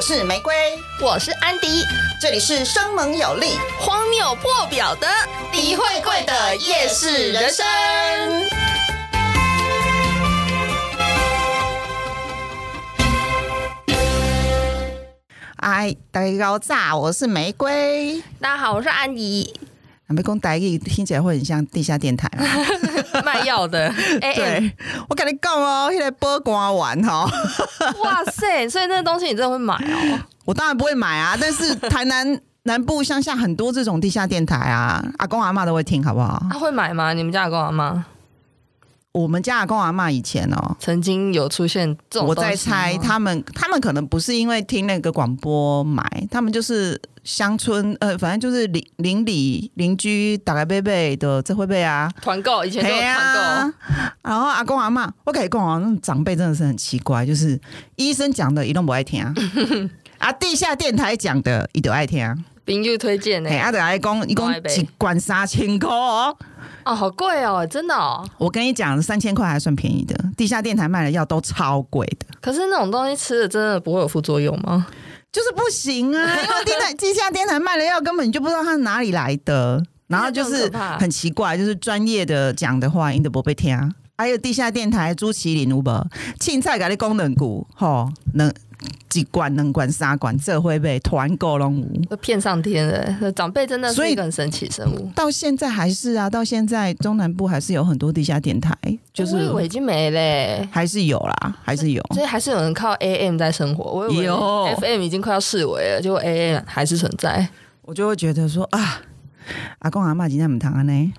是玫瑰，我是安迪，这里是生猛有力、荒谬破表的李慧贵的夜市人生。哎，大家好，炸！我是玫瑰。大家好，我是安 迪，美工台语听起来会很像地下电台嘛？卖药的。哎，对，我跟你讲哦，现在播光完哈、哦， 哇塞！所以那个东西你真的会买哦？我当然不会买啊，但是台南南部乡下很多这种地下电台啊，阿公阿妈都会听，好不好？啊，会买吗？你们家有跟我吗？我们家阿公阿妈以前哦，曾经有出现这种我东西吗在猜他们，他们可能不是因为听那个广播买，他们就是乡村呃，反正就是邻邻里邻居打开贝贝的这会贝啊。团购，以前就有嘿团啊，然后阿公阿妈，我跟你讲啊，那种长辈真的是很奇怪，就是医生讲的，一都不爱 听啊，啊，地下电台讲的，一都爱听啊。购，邻居推荐呢哎，。阿德来讲，一共我爱买一罐三千块哦。哦，好贵哦，真的哦。我跟你讲，三千块还算便宜的，地下电台卖的药都超贵的，可是那种东西吃了真的不会有副作用吗？就是不行 啊，因为地台地下电台卖的药根本你就不知道它哪里来的，然后就那这是样很可怕很奇怪，就是专业的讲的话，你都不被听。啊还有地下电台朱麒麟有无？凊彩甲你讲两句，吼，两一罐、两罐、三罐，这会被团购拢有。会骗上天的，长辈真的所是以一个很神奇的生物。到现在还是啊，到现在中南部还是有很多地下电台，就是哎我以为已经没欸嘞，还是有啦，还是有。所以还是有人靠 AM 在生活。我以为有 FM 已经快要视为了，结果 AM 还是存在。我就会觉得说啊，阿公阿妈今天唔谈啊 呢，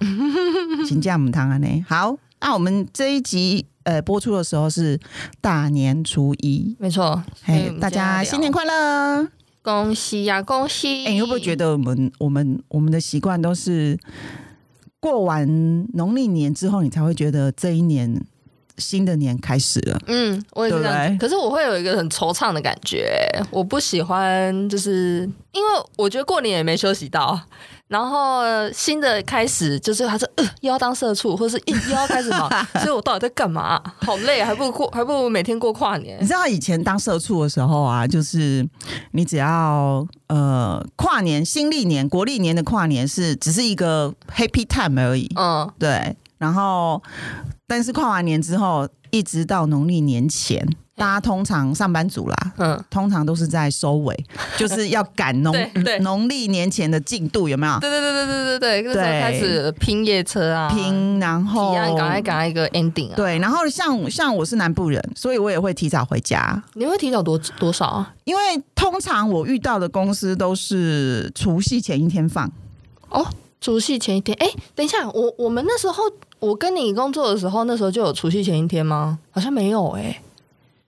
请假唔谈啊呢。好，那我们这一集呃播出的时候是大年初一，没错，所以嘿我，们大家嗯今新年天要聊快乐！恭喜呀、恭喜！哎、你会不会觉得我们我们我们的习惯都是过完农历年之后，你才会觉得这一年新的年开始了？嗯，我也是这样对不觉得。可是我会有一个很惆怅的感觉，我不喜欢，就是因为我觉得过年也没休息到，然后呃新的开始就是他说、呃、又要当社畜，或是又要开始 忙，所以我到底在干嘛啊、好累啊，还不如过，还不如每天过跨年你。知道以前当社畜的时候啊，就是你只要呃跨年、新历年、国历年的跨年是只是一个 happy time 而已，嗯，对。然后，但是跨完年之后，一直到农历年前，大家通常上班族啦。嗯，通常都是在收尾，就是要赶农 对对农历年前的进度，有没有对对对对对对对，那时候对开始拼夜车啊，拼？然提后案，赶快赶快一个 ending 啊。对，然后像像我是南部人，所以我也会提早回家。你会提早多多少啊？因为通常我遇到的公司都是除夕前一天放，哦，除夕前一天。哎，等一下，我我们那时候我跟你工作的时候，那时候就有除夕前一天吗？好像没有哎、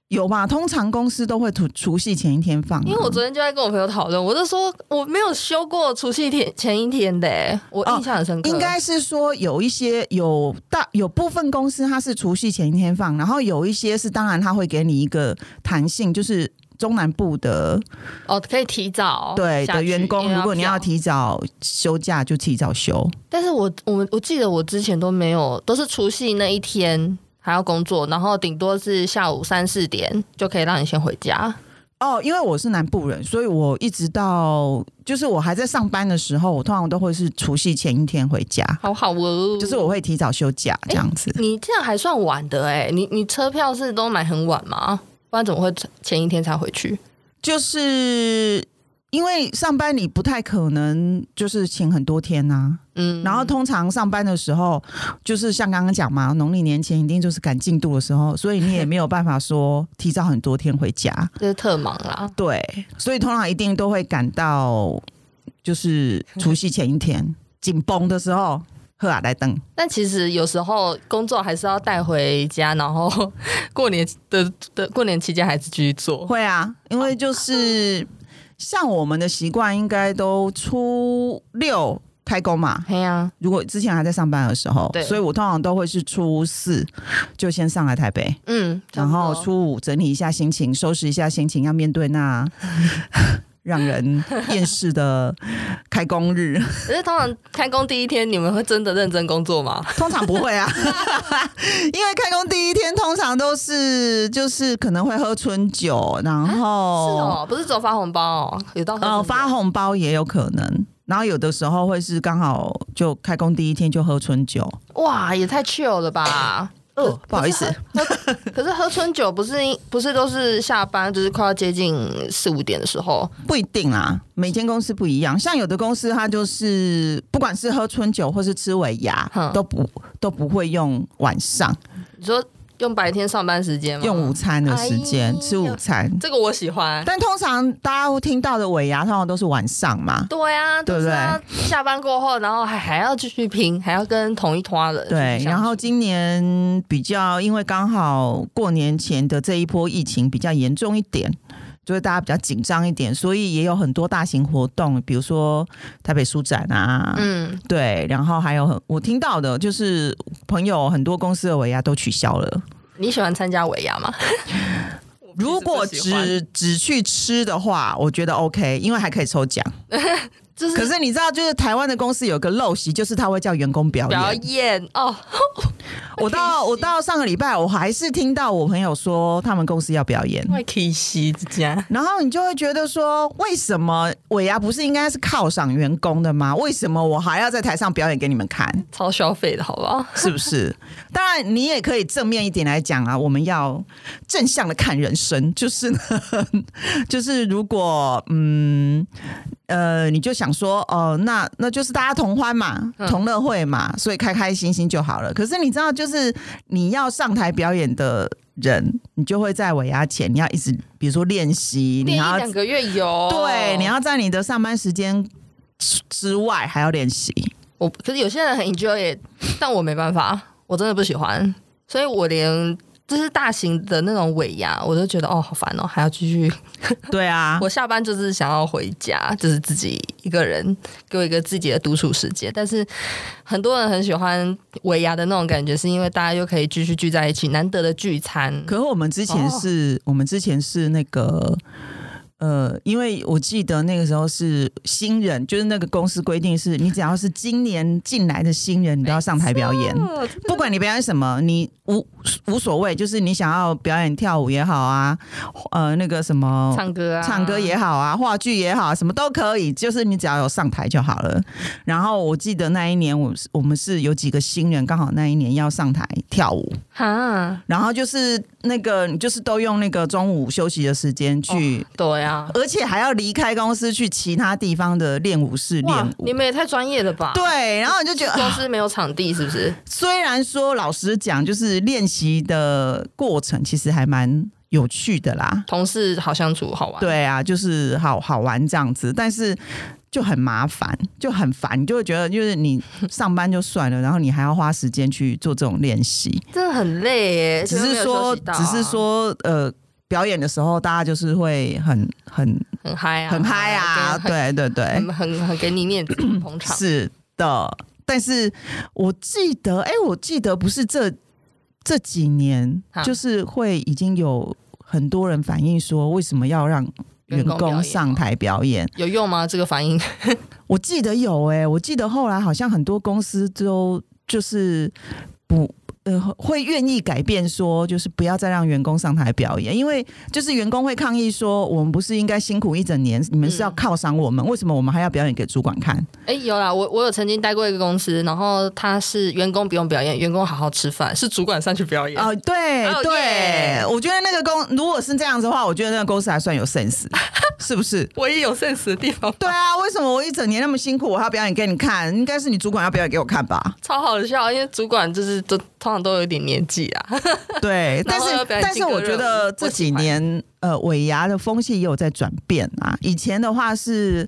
有吧？通常公司都会除除夕前一天放啊、因为我昨天就在跟我朋友讨论，我就说我没有休过除夕天前一天的、哎我印象很深刻。应该是说有一些有大有部分公司它是除夕前一天放，然后有一些是当然它会给你一个弹性，就是中南部的哦，可以提早对下的去员工，因为如果你要票提早休假就提早休。但是我我们我记得我之前都没有，都是除夕那一天还要工作，然后顶多是下午三四点就可以让你先回家。哦，因为我是南部人，所以我一直到就是我还在上班的时候，我通常都会是除夕前一天回家。好好哦，就是我会提早休假这样子。你这样还算晚的哎、你你车票是都买很晚吗？不然怎么会前一天才回去？就是因为上班你不太可能就是请很多天呐、嗯，然后通常上班的时候，就是像刚刚讲嘛，农历年前一定就是赶进度的时候，所以你也没有办法说提早很多天回家。这是特忙啦。对，所以通常一定都会赶到就是除夕前一天紧绷的时候。喝啊，来等，但其实有时候工作还是要带回家，然后 过年的的过年期间还是继续做。会啊，因为就是像我们的习惯，应该都初六开工嘛，嘿呀、如果之前还在上班的时候对，所以我通常都会是初四就先上来台北，嗯，然后差不多 初五整理一下心情，收拾一下心情，要面对那让人厌世的开工 日，可是通常开工第一天，你们会真的认真工作吗？通常不 会啊，因为开工第一天通常都是就是可能会喝春酒，然后是哦，不是只有发红包哦，有到呃，发红包也有可能。然后有的时候会是刚好就开工第一天就喝春酒，哇，也太 chill 了吧！哦呃可不好意思，可是喝可是喝春酒不是不是都是下班，就是快要接近四五点的时候，不一定啦，每间公司不一样。像有的公司它就是不管是喝春酒或是吃尾牙哼，都不都不会用晚上，你说用白天上班时间吗？用午餐的时嗯哎间呦吃午餐。这个我喜欢。但通常大家听到的尾牙通常都是晚上嘛，对啊，对不对就是要下班过后，然后还还要继续拼，还要跟同一团人。对，然后今今年比较，因为刚好过年前的这一波疫情比较严重一点，就是大家比较紧张一点，所以也有很多大型活动，比如说台北书展啊，嗯，对，然后还有很我听到的就是朋友很多公司的尾牙都取消了。你喜欢参加尾牙吗？ 如果 其实不喜欢只只去吃的话，我觉得 OK，因为还可以抽奖。 就是可是你知道，就是台湾的公司有个陋习，就是他会叫员工表演。表演哦，我到 我到上个礼拜，我还是听到我朋友说他们公司要表演，会可以吸这家。然后你就会觉得说，为什么尾牙不是应该是犒赏员工的吗？为什么我还要在台上表演给你们看？超消费的好不 好？是不是？当然，你也可以正面一点来讲啊，我们要正向的看人生， 就是呢，就是如果嗯。呃，你就想说，哦、那那就是大家同欢嘛，嗯同乐会嘛，所以开开心心就好了。可是你知道，就是你要上台表演的人，你就会在尾牙前，你要一直，比如说练习，你练还一要两个月哦有，对，你要在你的上班时间之之外还要练习。我可是有些人很 enjoy，it，但我没办法，我真的不喜欢，所以我连就是大型的那种尾牙，我都觉得哦好烦哦，还要继续。对 啊，我下班就是想要回家，就是自己一个人，给我一个自己的独处时间。但是很多人很喜欢尾牙的那种感觉，是因为大家又可以继续聚在一起，难得的聚餐。可是我们之哦前是、我们之前是那个。呃，因为我记得那个时候是新人，就是那个公司规定是你只要是今年进来的新人，你都要上台表演，嗯不管你表演什么，你无无所谓，就是你想要表演跳舞也好啊，呃，那个什么唱歌啊，唱歌也好啊，话剧也好、什么都可以，就是你只要有上台就好了。然后我记得那一年我是我们是有几个新人，刚好那一年要上台跳舞，哈，然后就是那个你就是都用那个中午休息的时间去，对啊，而且还要离开公司去其他地方的练舞室哇练，舞你。们也太专业了吧？对，啊然后你就觉得， 公啊司没有场地是不是？虽然说老实讲，就是练习的过程其实还蛮有趣的啦。同事好相处，好玩。对啊，就是好好玩这样子，但是就很麻烦，就很烦，你就会觉得就是你上班就算了，然后你还要花时间去做这种练习，真的很累耶，只就是没是有说休息到啊只是说呃。表演的时候，大家就是会很很很嗨啊，很嗨啊，跟对对对，很很很很给你面子，很捧场。是的。但是我记得，哎、我记得不是这这几年啊，就是会已经有很多人反映说，为什么要让员员工表工演哦上台表演？有用吗？这个反应 我记得有哎、我记得后来好像很多公司都就是不。呃，会愿意改变说，就是不要再让员工上台表演，因为就是员工会抗议说，我们不是应该辛苦一整年，你们是要犒赏我们，为什么我们还要表演给主管看？哎、有啦，我我有曾经待过一个公司，然后他是员工不用表演，员工好好吃饭，是主管上去表演。哦、对、哦对耶我觉得那个公如果是这样子的话，我觉得那个公司还算有 sense，是不是？唯一有 sense 的地方， 对啊，为什么我一整年那么辛苦，我还要表演给你看？应该是你主管要表演给我看吧？超好笑，因为主管就是 都通常都有一点年纪啊， 对，然但后是要表演但是劲歌我热觉舞得我这喜几欢年呃尾牙的风气也有在转变啊。以前的话是，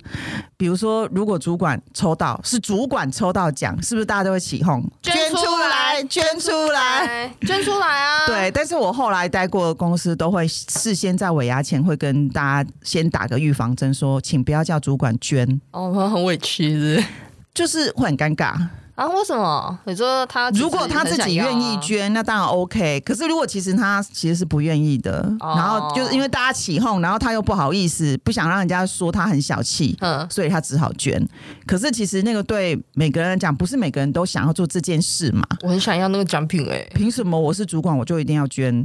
比如说如果主管抽到是主管抽到奖，是不是大家都会起哄捐出出来来 捐出来？哎 捐出来啊！，对，但是我后来待过的公司都会事先在尾牙前会跟大家先打个预防针，说请不要叫主管捐，哦，我很委屈是不是就是会很尴尬。啊，为什么？你说他如果他自己啊愿意捐，捐，那当然 OK。可是如果其实他其实是不愿意的，哦然后就是因为大家起哄，然后他又不好意思，不想让人家说他很小气，嗯，所以他只好捐。可是其实那个对每个人来讲，不是每个人都想要做这件事 嘛。我很想要那个奖品哎、凭什么我是主管我就一定要 捐？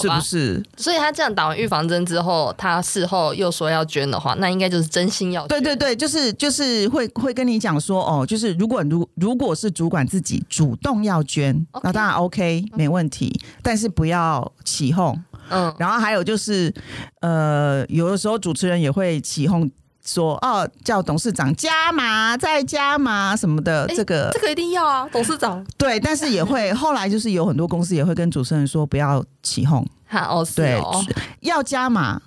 是不是？所以他这样打完预防针之后，他事后又说要捐的话，那应该就是真心要捐。对对对，就是就是会会跟你讲说哦，就是如果如如果是主管自己主动要捐 OK 那当然 OK 没问题，但是不要起哄。嗯，然后还有就是，呃，有的时候主持人也会起哄说哦，叫董事长加码再加码什么的，诶这个哎这个一定要啊，董事长。对，但是也会后来就是有很多公司也会跟主持人说不要起哄，哈哦，是对，哦，主要加码。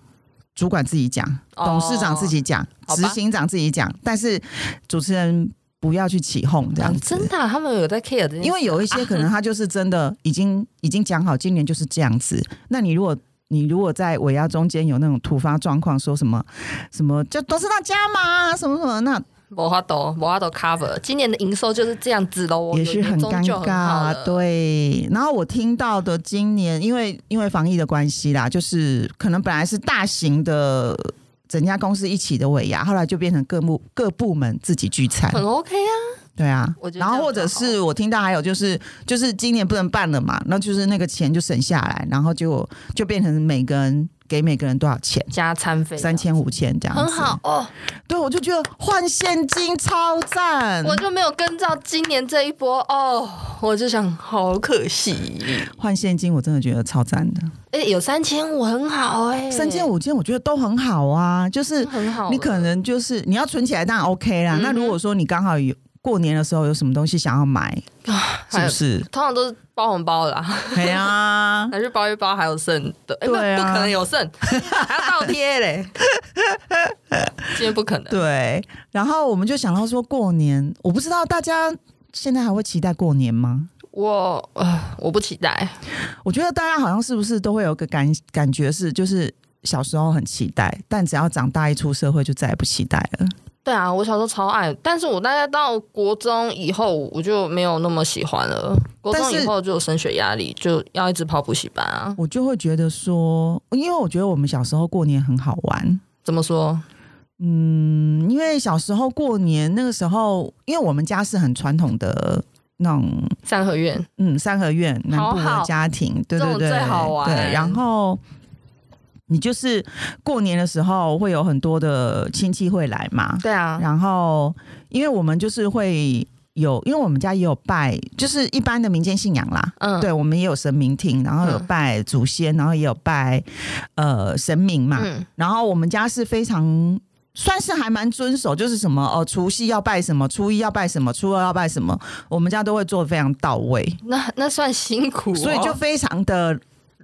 主管自己讲，哦董事长自己讲，好执吧行长自己讲，但是主持人不要去起哄这样啊子，真的啊、他们有在 care 的，因为有一些可能他就是真的已经已经讲好，今年就是这样子。那你如果你如果在尾牙中间有那种突发状况，说什么什么就董事长加码什么什么，那摩哈斗摩哈斗 cover，今年的营收就是这样子喽，也是哦有年很终尴就好尬。啊了，对，然后我听到的今年因为因为防疫的关系啦，就是可能本来是大型的。整家公司一起的尾牙，后来就变成各部各部门自己聚餐，很 OK 啊。对啊我，觉得然后这样或比较者是我听到还有就是，就是今年不能办了嘛，那就是那个钱就省下来，然后就就变成每个人给每个人多少钱，加餐费啊三千五千这样子，很好。哦，对，我就觉得换现金超赞，我就没有跟到今年这一波哦，我就想好可惜。换现金我真的觉得超赞的，哎、有三千五很好哎、三千五五千我觉得都很好啊，就是很好了，你可能就是你要存起来当然 OK 啦，嗯哼那如果说你刚好有过年的时候有什么东西想要买，是还不有是？通常都是包红包的、啊，哎呀，拿去包一 包还有剩的，哎、不对啊不可能有剩，还要倒贴嘞，今天不可能。对，然后我们就想到说过年，我不知道大家现在还会期待过年吗？我呃，我不期待，我觉得大家好像是不是都会有个感感觉是，就是小时候很期待，但只要长大一出社会就再也不期待了。对啊，我小时候超爱，但是我大概到国中以后，我就没有那么喜欢了。国中但是以后就有升学压力，就要一直跑补习班啊。我就会觉得说，因为我觉得我们小时候过年很好玩，怎么说？嗯，因为小时候过年那个时候，因为我们家是很传统的那种三合院嗯，三合院南部好的好家庭，对这对种对，最好玩对，然后你就是过年的时候会有很多的亲戚会来嘛，对啊，然后因为我们就是会有，因为我们家也有拜，就是一般的民间信仰啦。嗯，对，我们也有神明厅，然后有嗯拜祖先，然后也有拜呃神明嘛。嗯，然后我们家是非常算是还蛮遵守，就是什么哦，除夕要拜什么，初一要拜什么，初二要拜什么，我们家都会做的非常到位，那那算辛苦哦、所以就非常的。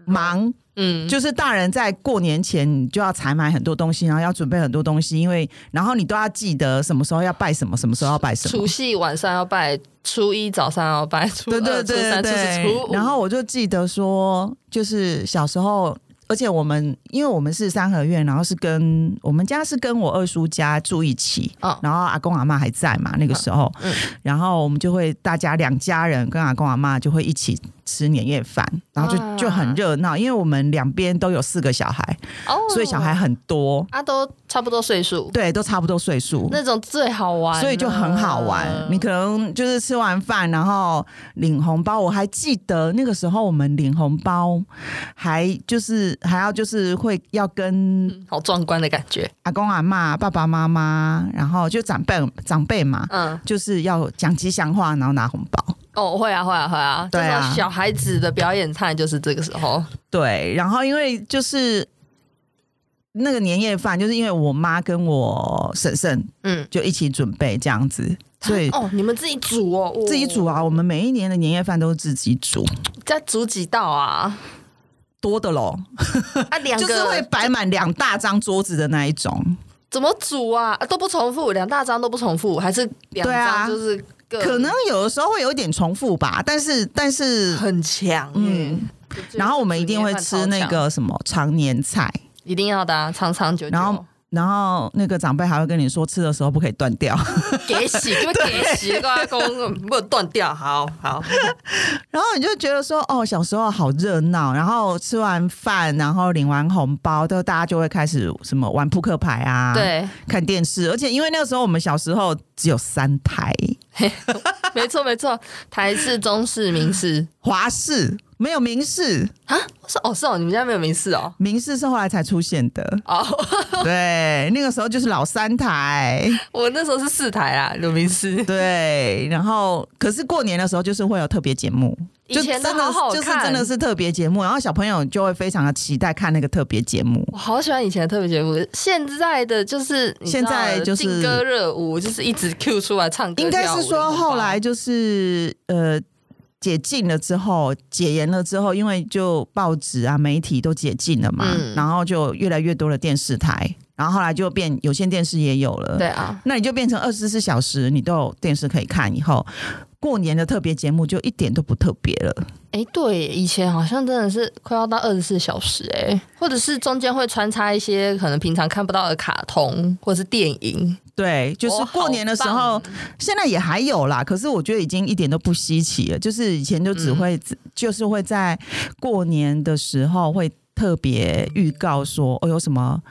忙嗯，就是大人在过年前你就要采买很多东西，然后要准备很多东西，因为然后你都要记得什么时候要拜什么，什么时候要拜什么除。夕晚上要拜，初一早上要拜，初对二、对初对呃三、初四、嗯初对。五，然后我就记得说，就是小时候，而且我们因为我们是三合院，然后是跟我们家是跟我二叔家住一起，哦然后阿公阿妈还在嘛那个时候，嗯然后我们就会大家两家人跟阿公阿妈就会一起吃年夜饭，然后就、啊就很热闹，因为我们两边都有四个小孩，哦，所以小孩很多，啊都差不多岁数，对，都差不多岁数。那种最好玩啊了，所以就很好玩。你可能就是吃完饭，然后领红包。我还记得那个时候，我们领红包还就是还要就是会要跟嗯好壮观的感觉，阿公阿妈、爸爸妈妈，然后就长辈长辈嘛，嗯，就是要讲吉祥话，然后拿红包。哦，会啊，会啊，会啊，对啊这种小孩子的表演菜就是这个时候，对，然后因为就是。那个年夜饭，就是因为我妈跟我婶婶嗯，就一起准备这样子，所以哦，你们自己煮哦，哦 自己煮啊。我们每一年的年夜饭都是自己煮，再煮几道啊，多的喽。 啊，两就是会个摆满两大张桌子的那一种。怎么煮啊？啊都不重复，两大张都不重复，还是两对啊张就是各可能有的时候会有点重复吧，但是但是，很强，嗯嗯，然后我们一定会吃那个什么常年菜，一定要的、啊，长长久久。然后然后那个长辈还会跟你说，吃的时候不可以断掉。 给洗就给洗，跟他公不断掉，好好，然后你就觉得说，哦，小时候好热闹，然后吃完饭，然后领完红包，都大家就会开始什么玩扑克牌啊，，对，看电视。而且因为那个时候我们小时候只有三台，没错没错，台式、中式、明式华视没有明视，啊，是哦是哦，你们家没有明式哦，。明视是后来才出现的哦， 对，那个时候就是老三台，我那时候是四台啦，有明式，对。然后可是过年的时候就是会有特别节目。以前真的的好好看，就是真的是特别节目，然后小朋友就会非常的期待看那个特别节目。我好喜欢以前的特别节目，现在的就是你知现道在就是劲歌热舞，就是一直 Q 出来唱歌。应该跳舞是说后来就是呃解禁了之后，解严了之后，因为就报纸啊媒体都解禁了嘛，嗯然后就越来越多的电视台，然后后来就变有线电视也有了，对，啊，那你就变成二十四小时你都有电视可以看，以后过年的特别节目就一点都不特别了。哎、对，以前好像真的是快要到二十四小时哎、或者是中间会穿插一些可能平常看不到的卡通或者是电影，对，就是哦过年的时候，好棒现在也还有啦，可是我觉得已经一点都不稀奇了。就是以前就只会，嗯就是会在过年的时候会特别预告说，哦，有什么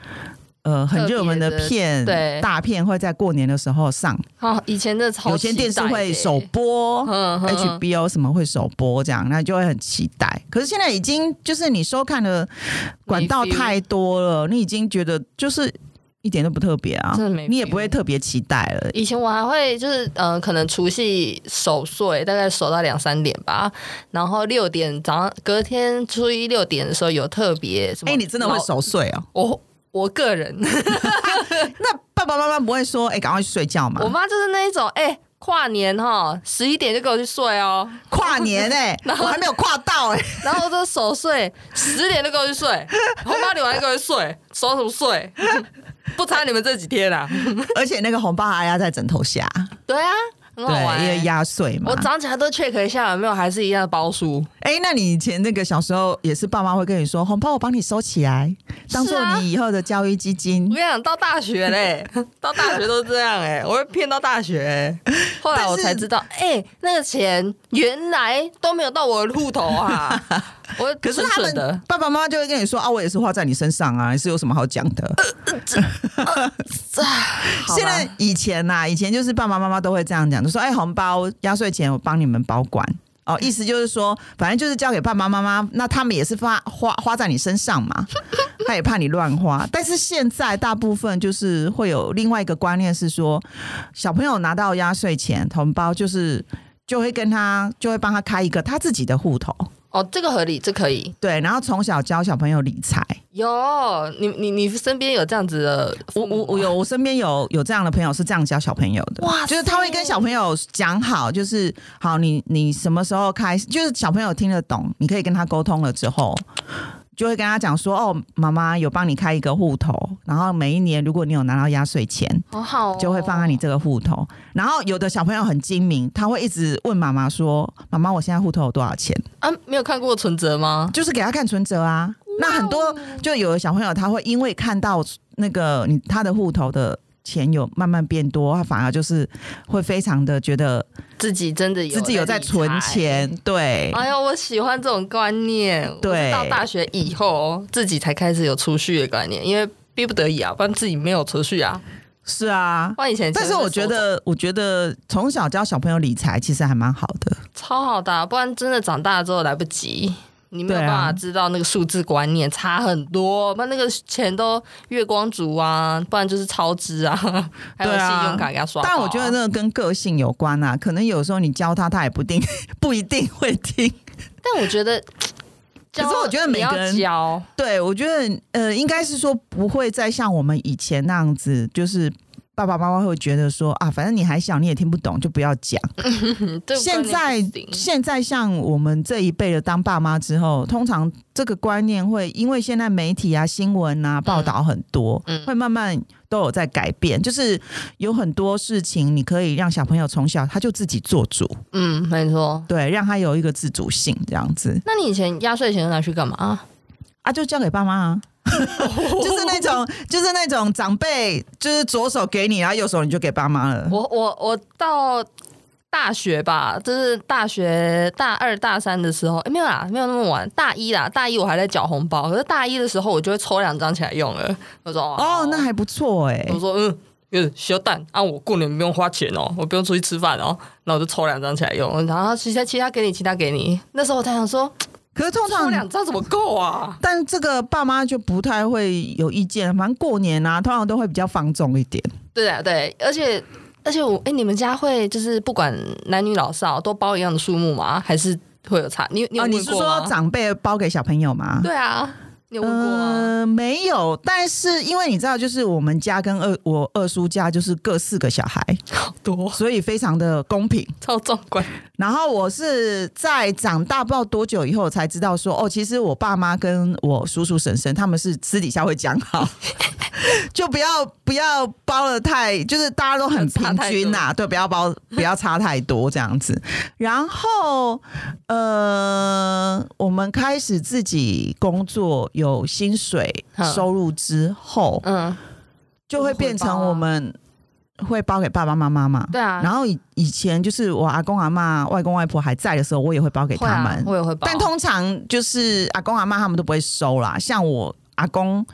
呃很热门的特别的片，对大片会在过年的时候上，啊，以前真的超有些期待电视会的欸首播。嗯哼 HBO 什么会首播这样，那就会很期待。可是现在已经就是你收看的管道没 feel 太多了，你已经觉得就是一点都不特别啊真的没，你也 feel 不会特别期待了。以前我还会就是呃，可能除夕守岁，大概守到两三点吧，然后六点早上隔天初一六点的时候有特别什么哎、老，你真的会嗯守岁哦？我我个人，那爸爸妈妈不会说，哎、赶快去睡觉嘛 我？妈就是那一种，哎、跨年哈，十一点就给我去睡哦，跨年哎、 我还没有跨到哎、然后我就守岁，十点就给我去睡，红包领完就给我去睡，守什么睡？ 不差你们这几天啦、啊 而且那个红包还压在枕头下，对啊，很好玩、对，因为欸。压岁嘛我。早上起来都 check 一下有没有还是一样的包书，哎、那你以前那个小时候也是爸妈会跟你说，红包我帮你收起来，当做你以后的教育基啊我金。跟你讲，到大学嘞，到大学都这样哎、我被骗到大学、欸。后来我才知道，哎、那个钱原来都没有到我的户头 啊！我可是蠢他蠢的们爸爸妈妈就会跟你说啊，我也是花在你身上啊，你是有什么好讲的？好吧现在以前呐、以前就是爸爸妈妈都会这样讲，就说哎，红包压岁钱我帮你们保管哦，意思就是说，反正就是交给爸爸妈妈，那他们也是花花花在你身上 嘛，他也怕你乱花。但是现在大部分就是会有另外一个观念是说，小朋友拿到压岁钱红包就是。就会跟他，就会帮他开一个他自己的户头，哦，这个合理，这可以。对，然后从小教小朋友理财。有你你你身边有这样子的我父母我吗，我有我身边有有这样的朋友是这样教小朋友的，哇塞就是他会跟小朋友讲好，就是好你你什么时候开始，就是小朋友听得懂，你可以跟他沟通了之后。就会跟他讲说，哦，妈妈有帮你开一个户头，然后每一年如果你有拿到压岁钱，好好、哦，就会放在你这个户头。然后有的小朋友很精明，他会一直问妈妈说，妈妈我现在户头有多少钱？啊？没有看过存折吗？就是给他看存折啊。那很多就有的小朋友他会因为看到那个你他的户头的钱有慢慢变多，他反而就是会非常的觉得自己真的有自己有在理财存。钱，对。哎呦，我喜欢这种观念。我对是到大学以后自己才开始有储蓄的观念，因为逼不得已啊，不然自己没有储蓄啊。是啊不。然以前但是我觉得，我觉得从小教小朋友理财其实还蛮好的。超好的啊、不然真的长大之后来不及。你没有对啊办法知道那个数字观念差很多，那、那个钱都月光族啊，不然就是超支啊， 还有对信啊用卡给他刷爆啊、但我觉得那个跟个性有关啊，可能有时候你教他，他也不定 不一定会听。但我觉得，可是我觉得每个人你要教对，我觉得呃，应该是说不会再像我们以前那样子，就是爸爸妈妈会觉得说啊，反正你还小，你也听不懂，就不要讲。嗯这个观现念在不行现在像我们这一辈的当爸妈之后，通常这个观念会因为现在媒体啊、新闻啊报道很多，嗯会慢慢都有在改变。就是有很多事情，你可以让小朋友从小他就自己做主，嗯，没错。对，让他有一个自主性这样子那你以前压岁钱都拿去干嘛？ 啊，就交给爸妈啊。就是那种就是那种长辈，就是左手给你，然后右手你就给爸妈了。我我我到大学吧，就是大学大二大三的时候，诶没有啦，没有那么晚。大一啦，大一我还在缴红包，可是大一的时候我就会抽两张起来用了。我说哦，那还不错哎、我说嗯。嗯，小蛋啊，我过年不用花钱哦，我不用出去吃饭哦，那我就抽两张起来用，然后其他其他给你，其他给你。那时候我才想说，可是通抽常两张怎么够啊？但这个爸妈就不太会有意见，反正过年啊，通常都会比较放纵一点。对啊，对，而且而且我哎、你们家会就是不管男女老少都包一样的数目吗？还是会有差？你啊你哦，有问你是过吗说长辈包给小朋友吗？对啊，你有问过吗？呃，没有，但是因为你知道，就是我们家跟二我二叔家就是各四个小孩，好多，所以非常的公平。超壮观。然后我是在长大不知道多久以后才知道说，哦，其实我爸妈跟我叔叔婶婶他们是私底下会讲好， 就不要不要包的太，就是大家都很不要差平太均呐、对，不要包不要差太多这样子。然后呃，我们开始自己工作有薪水嗯收入之后，嗯，就会啊变成我们会包给爸爸妈妈嘛。对啊，然后以以前就是我阿公阿妈、外公外婆还在的时候，我也会包给会他啊们。我也会包，但通常就是阿公阿妈他们都不会收啦，像我阿公，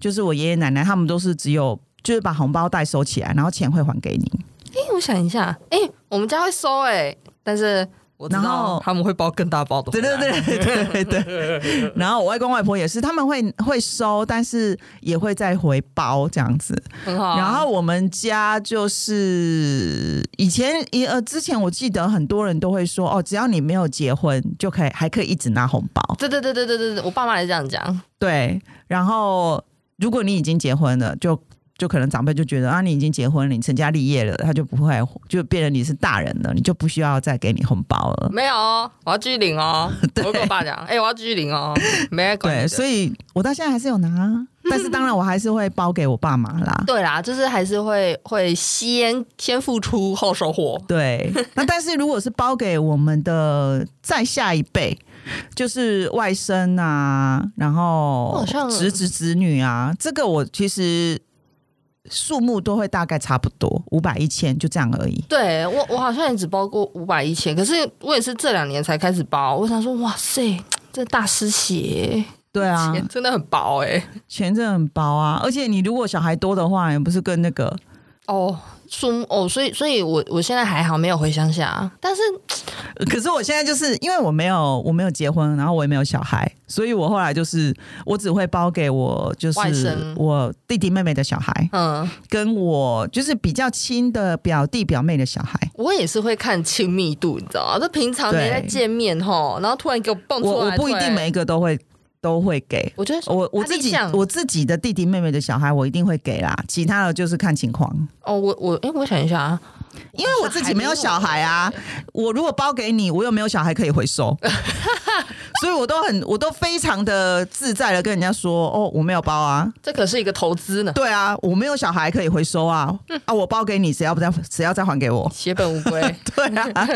就是我爷爷奶奶他们都是只有就是把红包袋收起来，然后钱会还给你。哎、我想一下，哎、我们家会收哎、但是我知然道后他们会包更大包的，对对，对对对对。 然后我外公外婆也是，他们会会收，但是也会再回包这样子。很好啊。然后我们家就是以前一呃，之前我记得很多人都会说哦，只要你没有结婚，就可以还可以一直拿红包。对对对对对对对，我爸妈也这样讲，对，然后如果你已经结婚了，就就可能长辈就觉得啊，你已经结婚了，你成家立业了，他就不会就变成你是大人了，你就不需要再给你红包了。没有哦，我要继续领哦。我跟我爸讲，哎、我要继续领哦，没在管你嗯对，的。所以我到现在还是有拿，啊但是当然我还是会包给我爸妈啦。对啦，就是还是会会先先付出后收获。对，那但是如果是包给我们的再下一辈，就是外甥啊，然后好像侄子侄女啊，这个我其实数目都会大概差不多，五百一千就这样而已。对我，我好像也只包过五百一千，可是我也是这两年才开始包。我想说，哇塞，这大师鞋对啊，钱真的很薄哎、钱真的很薄啊，而且你如果小孩多的话，也不是跟那个哦，数目哦，所以所以我我现在还好，没有回乡下，但是可是我现在就是因为我没有我没有结婚，然后我也没有小孩，所以我后来就是我只会包给我就外是甥我弟弟妹妹的小孩，嗯，跟我就是比较亲的表弟表妹的小孩。我也是会看亲密度，你知道吗？这平常没在对见面吼，然后突然给我蹦出我来，我不一突然定，每一个都会都会给。我觉得我我他自立己项我自己的弟弟妹妹的小孩，我一定会给啦，其他的就是看情况。哦，我我哎、我想一下啊，因为我自己没有小孩啊，我如果包给你，我又没有小孩可以回收，所以我都很我都非常的自在的跟人家说，哦，我没有包啊，这可是一个投资呢，对啊，我没有小孩可以回收啊，啊，我包给你，谁要不再谁要再还给我？血本无归。 对啊，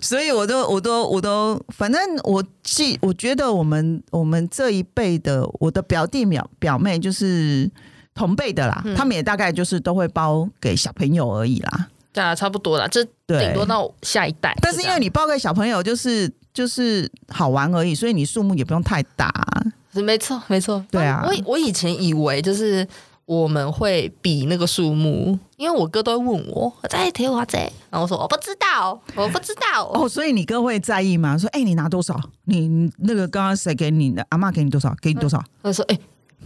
所以我都我都我都，反正我记，我觉得我们我们这一辈的，我的表弟表表妹就是同辈的嗯啦，他们也大概就是都会包给小朋友而已啦。对啊，差不多啦，这对顶多到下一代。但是因为你你包给小朋友，就是就是好玩而已，所以你数目也不用太大、没错没错，对啊我以我以前以为就是我们会比那个数目，因为我哥都会问我我在铁华仔，然后我说我不知道，我不知道。哦。所以你哥会在意吗？说，哎、你拿多少？你你那个刚刚谁给你的？阿妈给你多少？给你多少？他说：“哎、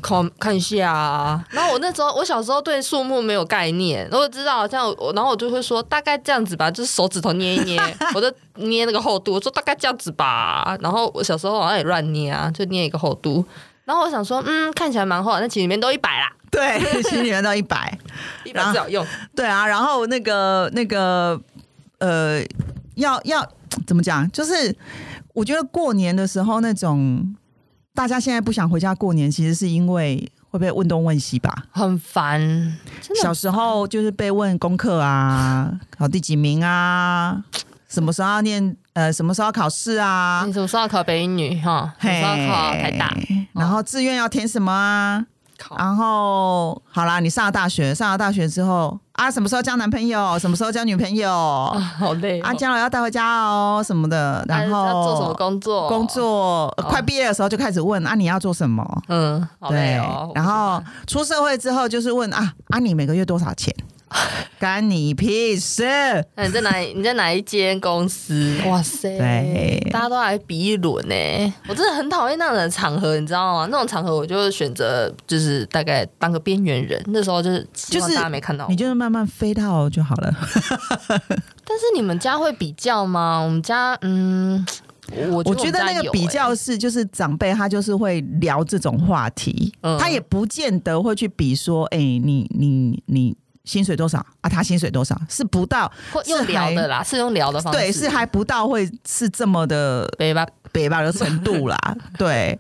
看看一下啊。”然后我那时候，我小时候对数目没有概念，我只知道这样，我然后我就会说大概这样子吧，就是手指头捏一捏，我就捏那个厚度，我说大概这样子吧。然后我小时候好像也乱捏啊，就捏一个厚度。然后我想说，嗯，看起来蛮厚的，那其实里面都一百啦，对， 心里面到一百。一百最好用。对啊，然后那个那个呃，要要怎么讲？就是我觉得过年的时候那种，大家现在不想回家过年，其实是因为会被问东问西吧。很烦，真的小时候就是被问功课啊， 考第几名啊，什么时候要念呃，什么时候要考试啊嗯你，什么时候要考北一女哈？什么时候要考台大？哦然后志愿要填什么啊？靠然后好啦，你上了大学，上了大学之后啊，什么时候交男朋友？什么时候交女朋友？啊，好累哦、将来要带回家哦什么的。然后啊要做什么工作？工，作、呃哦快毕业的时候就开始问啊，你要做什么？嗯，好累对哦。，然后出社会之后就是问啊啊，你每个月多少 钱？干你屁事！那你在哪里？你在哪一间 公司？哇塞，对大家都来比一轮呢、欸我真的很讨厌那种的场合，你知道吗？那种场合我就选择就是大概当个边缘人。那时候就是希望就是大家没看到我。你就是慢慢飞到就好了。但是你们家会比较吗？我们家，嗯，我我我觉得我们家那有个比较欸是，就是长辈他就是会聊这种话题，嗯他也不见得会去比说，哎、你你你薪水多少啊？他薪水多少？是不到，会用是聊还的啦，是用聊的方式，对，是还不到会是这么的对吧？北吧的程度 啦，对。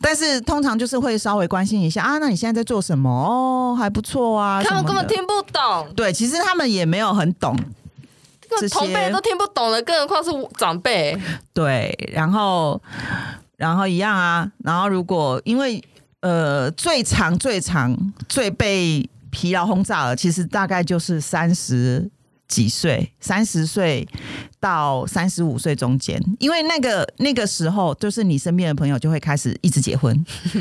但是通常就是会稍微关心一下啊，那你现在在做什么？哦，还不错啊，他什么们根的本听不懂，对，其实他们也没有很懂，这这个些同辈都听不懂的，更何况是长辈。对，然后然后一样啊，然后如果因为呃最长最长最被疲劳轰炸了，其实大概就是三十几岁，三十岁到三十五岁中间，因为那个那个时候，就是你身边的朋友就会开始一直结婚，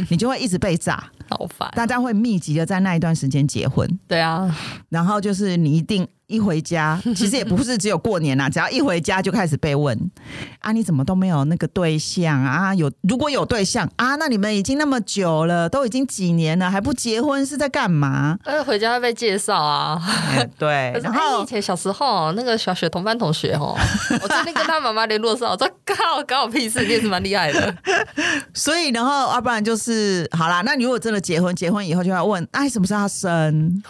你就会一直被炸，好烦，大家会密集的在那一段时间结婚，对啊，然后就是你一定一回家， 其实也不是只有过年啦，啊只要一回家就开始被问啊，你怎么都没有那个对象啊？有如果有对象啊，那你们已经那么久了，都已经几年了，还不结婚是在干 ？嘛而呃且回家会被介绍啊。哎对可，是然哎，以后。前小时候那个小学同班同学 哦，我最近跟他妈妈联络上，我说靠，搞我屁事，你也是蛮厉害的。所以，然后，要、不然就是好啦。那你如果真的结婚，结婚以后就要问，哎、什么时候要 生？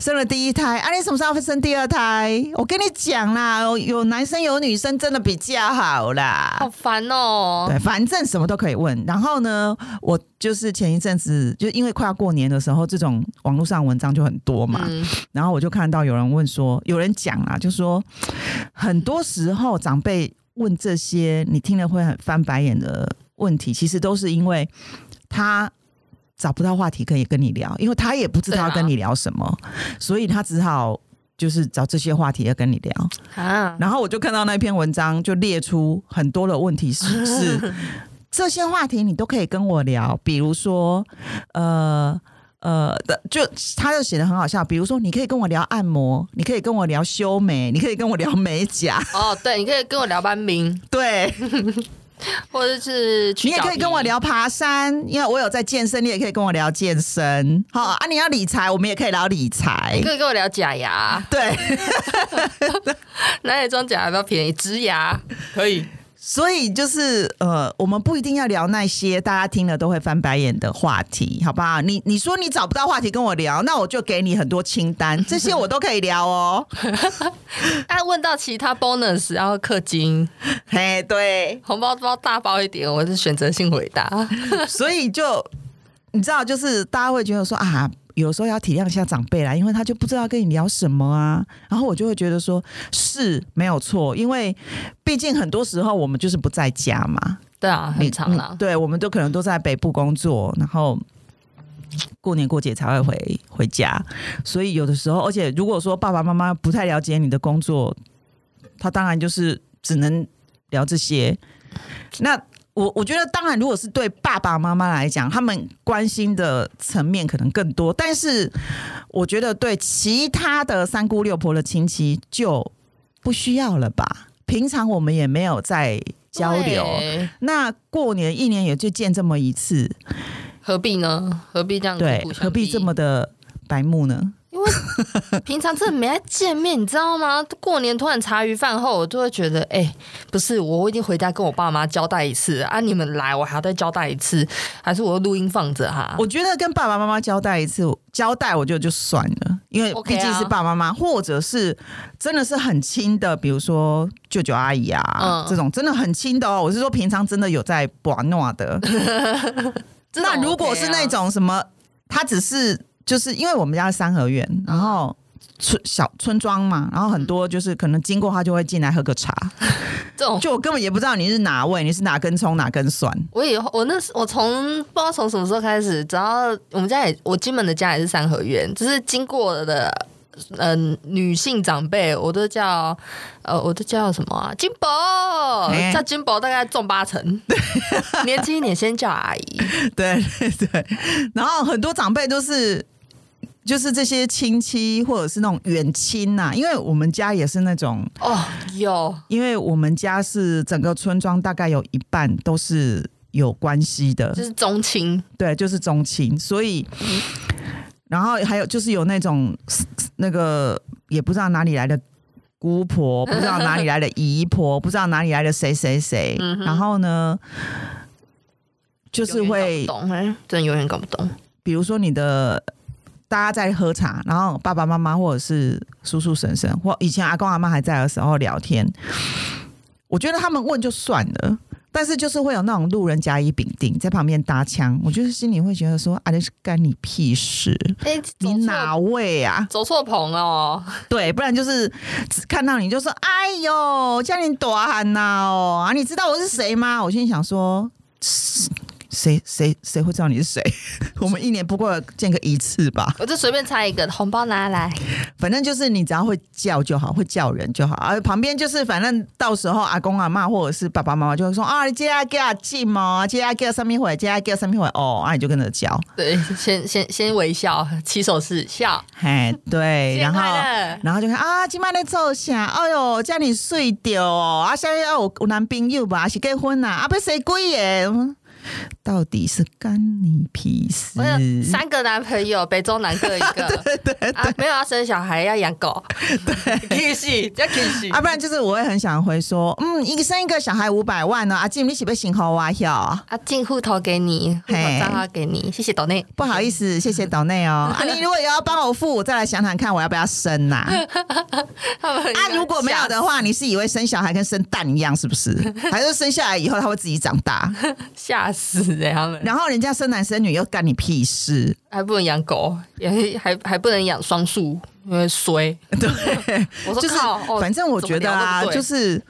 生了第一胎，啊，你什么时候要生第二胎？我跟你讲啦，有有男生有女生真的比较 好啦。好烦哦。对，反正什么都可以问。然后呢，我就是前一阵子，就因为快要过年的时候，这种网络上文章就很多嘛。嗯，然后我就看到有人问说，有人讲啊，就说很多时候长辈问这些你听了会很翻白眼的问题，其实都是因为他。找不到话题可以跟你聊，因为他也不知道要跟你聊什么，所以他只好就是找这些话题要跟你聊。啊，然后我就看到那篇文章，就列出很多的问题是是这些话题你都可以跟我聊，比如说，呃。呃的，就他就写的很好笑，比如说，你可以跟我聊按摩，你可以跟我聊修眉，你可以跟我聊美甲，哦，对，你可以跟我聊班名，对或者是去你也可脚以皮跟我。聊爬山，因为我有在健身，你也可以跟我聊健身。好啊，你要理财，我们也可以聊理财你。可以跟我聊假牙，对，哪里装假牙比较便宜？植牙可以，所以就是呃，我们不一定要聊那些大家听了都会翻白眼的话题，好不好？你你说你找不到话题跟我聊，那我就给你很多清单，这些我都可以聊哦。啊，问到其他 bonus，然后氪金、嘿，对，红包包大包一点，我是选择性回答。所以就你知道，就是大家会觉得说啊。有时候要体谅一下长辈啦，因为他就不知道跟你聊什么啊。然后我就会觉得说，是没有错，因为毕竟很多时候我们就是不在家嘛，对啊，你很长啦嗯。对，我们都可能都在北部工作，然后过年过节才会回回家，所以有的时候，而且如果说爸爸妈妈不太了解你的工作，他当然就是只能聊这些。那我我觉得，当然，如果是对爸爸妈妈来讲，他们关心的层面可能更多，但是我觉得对其他的三姑六婆的亲戚就不需要了吧。平常我们也没有在交流，对那过年一年也就见这么一次，何必呢？何必这样？对，何必这么？的白目呢？因为平常真的没爱见面，你知道吗？过年突然茶余饭后，我就会觉得，哎、不是，我已经回家跟我爸妈交代一次啊，你们来，我还要再交代一次，还是我要录音放着哈？我觉得跟爸爸妈妈交代一次，交代我觉得就算了，因为 OK 啊毕竟是爸爸妈妈，或者是真的是很亲的，比如说舅舅阿姨啊，嗯这种真的很亲的哦。我是说平常真的有在把诺的。 这种那如 OK 啊果是那，种什么，他只是就是因为我们家是三合院，然后村小村庄嘛，然后很多就是可能经过他就会进来喝个茶，这 种就我根本也不知道你是哪位，你是哪根葱哪根蒜， 我以后我那时我从不知道从什么时候开始，只要我们家也我金门的家也是三合院，只是经过的呃女性长辈，我都叫呃我都叫什么啊金宝哎，叫金宝大概中八 成，年轻一点先叫阿姨，对 对对，然后很多长辈都是。就是这些亲戚或者是那种远亲呐、因为我们家也是那种，哦有因为我们家是整个村庄大概有一半都是有关系的，就是中青，对，就是中青，所以，然后还有就是有那种那个也不知道哪里来的姑婆，不知道哪里来的姨 婆，不知道哪里来的谁谁谁，嗯然后呢，就是永远会搞不懂，哎真的永远搞不懂，比如说你的。大家在喝茶，然后爸爸妈妈或者是叔叔婶婶，或以前阿公阿妈还在的时候聊天，我觉得他们问就算了，但是就是会有那种路人甲乙丙丁在旁边搭腔，我就是心里会觉得说，啊，这是干你屁事，哎你走错哪位啊？走错棚哦，对，不然就是只看到你就说，哎呦，叫你多喊呐哦，啊，你知道我是谁吗？我心里想说，谁谁谁会知道你是谁？我们一年不过见个一次吧。我就随便猜一个，红包拿来，反正就是你只要会叫就好，会叫人就好。而旁边就是反正到时候阿公阿妈或者是爸爸妈妈就会说啊，你接下给进嘛，接下给上面回，接下给上面回哦，啊你就跟着叫，对，先先先微笑，起手是笑，嘿对，哎新然年后快乐然后就看啊，今麦在做啥？哎呦，叫你睡掉哦，啊下面要有有男朋友吧，还是结婚呐、啊，啊被谁鬼耶？嗯到底是干你屁事我？有三个男朋友，北中南各一 个。对对啊，没有要生小孩，要养狗。对，气 要气啊，不然就是我会很想回说，嗯，一个生一个小孩五百万呢、啊，进你是不是心好啊？哟。啊，进户头给你，户头嘿账号给你，谢谢岛内。不好意思，谢谢岛内哦。啊，你如果有要帮我付，我再来想想看我要不要生呐、啊。他们啊如果没有的话，你是以为生小孩跟生蛋一样是不是？还是生下来以后他会自己长大？吓死哎、他们然后人家生男生女又干你屁事？还不能养狗，也还还不能养双数，因为衰。 对，我说 就是靠，哦反正我觉得啊，怎么聊都不对就是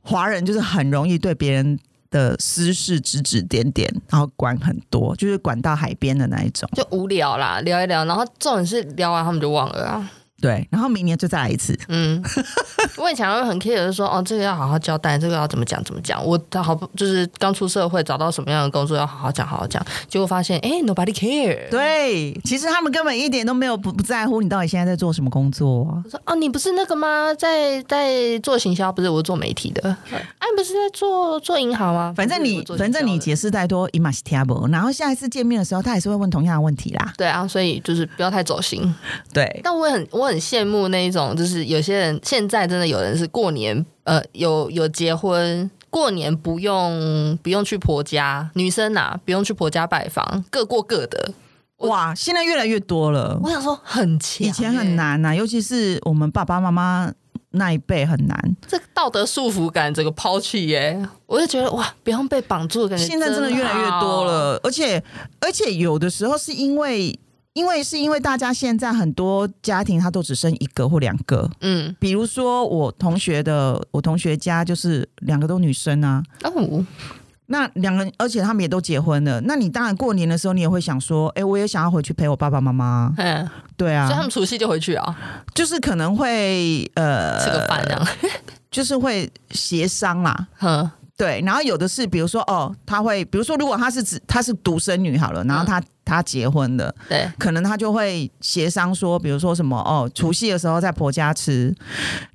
华人就是很容易对别人的私事指指点点，然后管很多，就是管到海边的那一种。就无聊啦，聊一聊，然后重点是聊完他们就忘了啊。对，然后明年就再来一次。嗯， 我以前会很 care，就是说哦，这个要好好交代，这个要怎么讲怎么讲。我好不就是刚出社会，找到什么样的工作要好好讲好好讲，结果发现哎、n o b o d y care。对，其实他们根本一点都没有不不在乎你到底现在在做什么工作啊、我说哦，你不是那个吗？在在做行销，不是我做媒体的。啊，你不是在做做银行吗？反正不你是我做行反销的正你解释再多，伊玛西听不。然后下一次见面的时候，他还是会问同样的问题啦。对啊，所以就是不要太走心。对，但我也很我很羡慕那一种，就是有些人现在真的有人是过年呃有有结婚。过年不用不用去婆家，女生呐、不用去婆家拜访，各过各的。哇，现在越来越多了，我想说很强、欸以前很，难啊呐、尤其是我们爸爸妈妈那一辈很难，这个道德束缚感整个抛弃耶、我就觉得哇，不用被绑住的感觉。现在真的越来越多，了，而且而且有的时候是因为。因为是因为大家现在很多家庭他都只生一个或两个，嗯，比如说我同学的，我同学家就是两个都女生啊，哦，那两个人，而且他们也都结婚了。那你当然过年的时候，你也会想说，哎、我也想要回去陪我爸爸妈妈。嗯，对所以他啊们，除夕就回去啊，就是可能会呃，吃个饭这样，就是会协商啦。嗯，对，然后有的是，比如说哦，他会，比如说如果她是只她是独生女好了，嗯然后她她结婚了，对，啊可能她就会协商说，比如说什么哦，除夕的时候在婆家吃，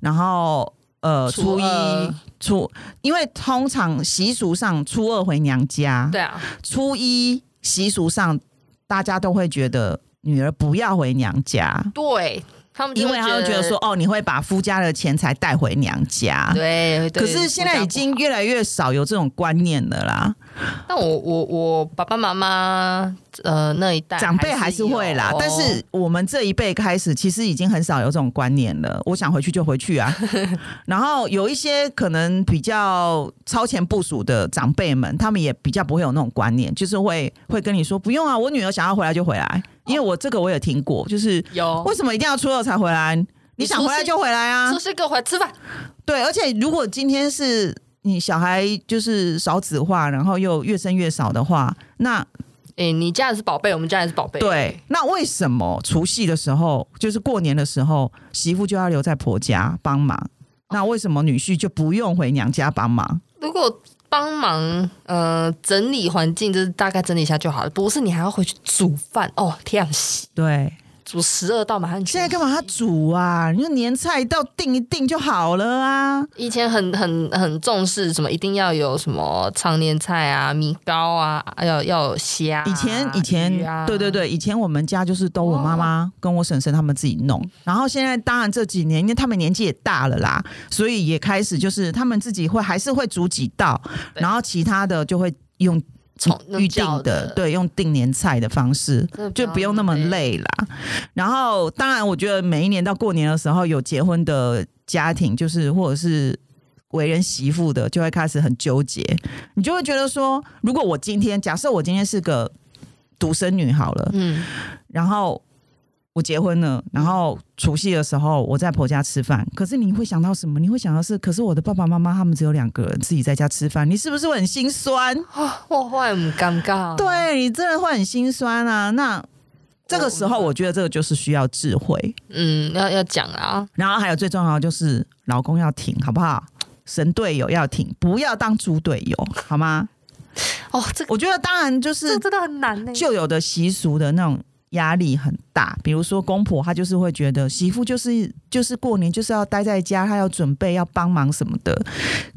然后呃初初一二初，因为通常习俗上初二回娘家，对啊，初一习俗上，大家都会觉得女儿不要回娘家，对啊他们就因会为他会觉得说，，哦，你会把夫家的钱财带回娘家。对，对可是现在已经婆家越来越少有这种观念了啦，不好但我我我爸爸妈妈呃那一代长辈还是会啦有，哦但是我们这一辈开始，其实已经很少有这种观念了。我想回去就回去 啊，然后有一些可能比较超前部署的长辈们，他们也比较不会有那种观念，就是会会跟你说不用啊，我女儿想要回来就回来，因为我这个我有听过，就是有为什么一定要初二才回来？你想回来就回来啊出！事给我回来吃饭，对，而且如果今天是你小孩就是少子化，然后又越生越少的话，那哎、你家也是宝贝，我们家也是宝贝，对，那为什么除夕的时候，就是过年的时候，媳妇就要留在婆家帮忙？那为什么女婿就不用回娘家帮忙？如果帮忙呃整理环境，就是大概整理一下就好了，不是你还要回去煮饭哦，天洗对，煮十二道马上。现在干嘛他煮啊？你就年菜到定一定就好了啊。以前很很很重视什么，一定要有什么常年菜啊、米糕啊，要要有虾啊、以前以鱼前、啊哦对对，对，以前我们家就是都我妈妈跟我婶婶他们自己弄，然后现在当然这几年因为他们年纪也大了啦，所以也开始就是他们自己会还是会煮几道，对然后其他的就会用从用预定叫的的，对，用订年菜的方式。真的就不用那哦么。累啦。然后，当然，我觉得每一年到过年的时候，有结婚的家庭，就是或者是为人媳妇的，就会开始很纠结。你就会觉得说，如果我今天，假设我今天是个独生女好了，嗯，然后我结婚了，然后除夕的时候我在婆家吃饭，可是你会想到什么？你会想到是，可是我的爸爸妈妈他们只有两个人自己在家吃饭，你是不是会很心酸？我我也很尴尬。，对你真的会很心酸啊。那这个时候，我觉得这个就是需要智慧，嗯，要要讲啊，然后还有最重要的就是老公要挺，好不好？神队友要挺，不要当猪队友，好吗？哦，这个我觉得当然就这是个真的很难呢。旧有的习俗的那种压力很大，比如说公婆她就是会觉得媳妇就是就是过年就是要待在家，她要准备要帮忙什么的。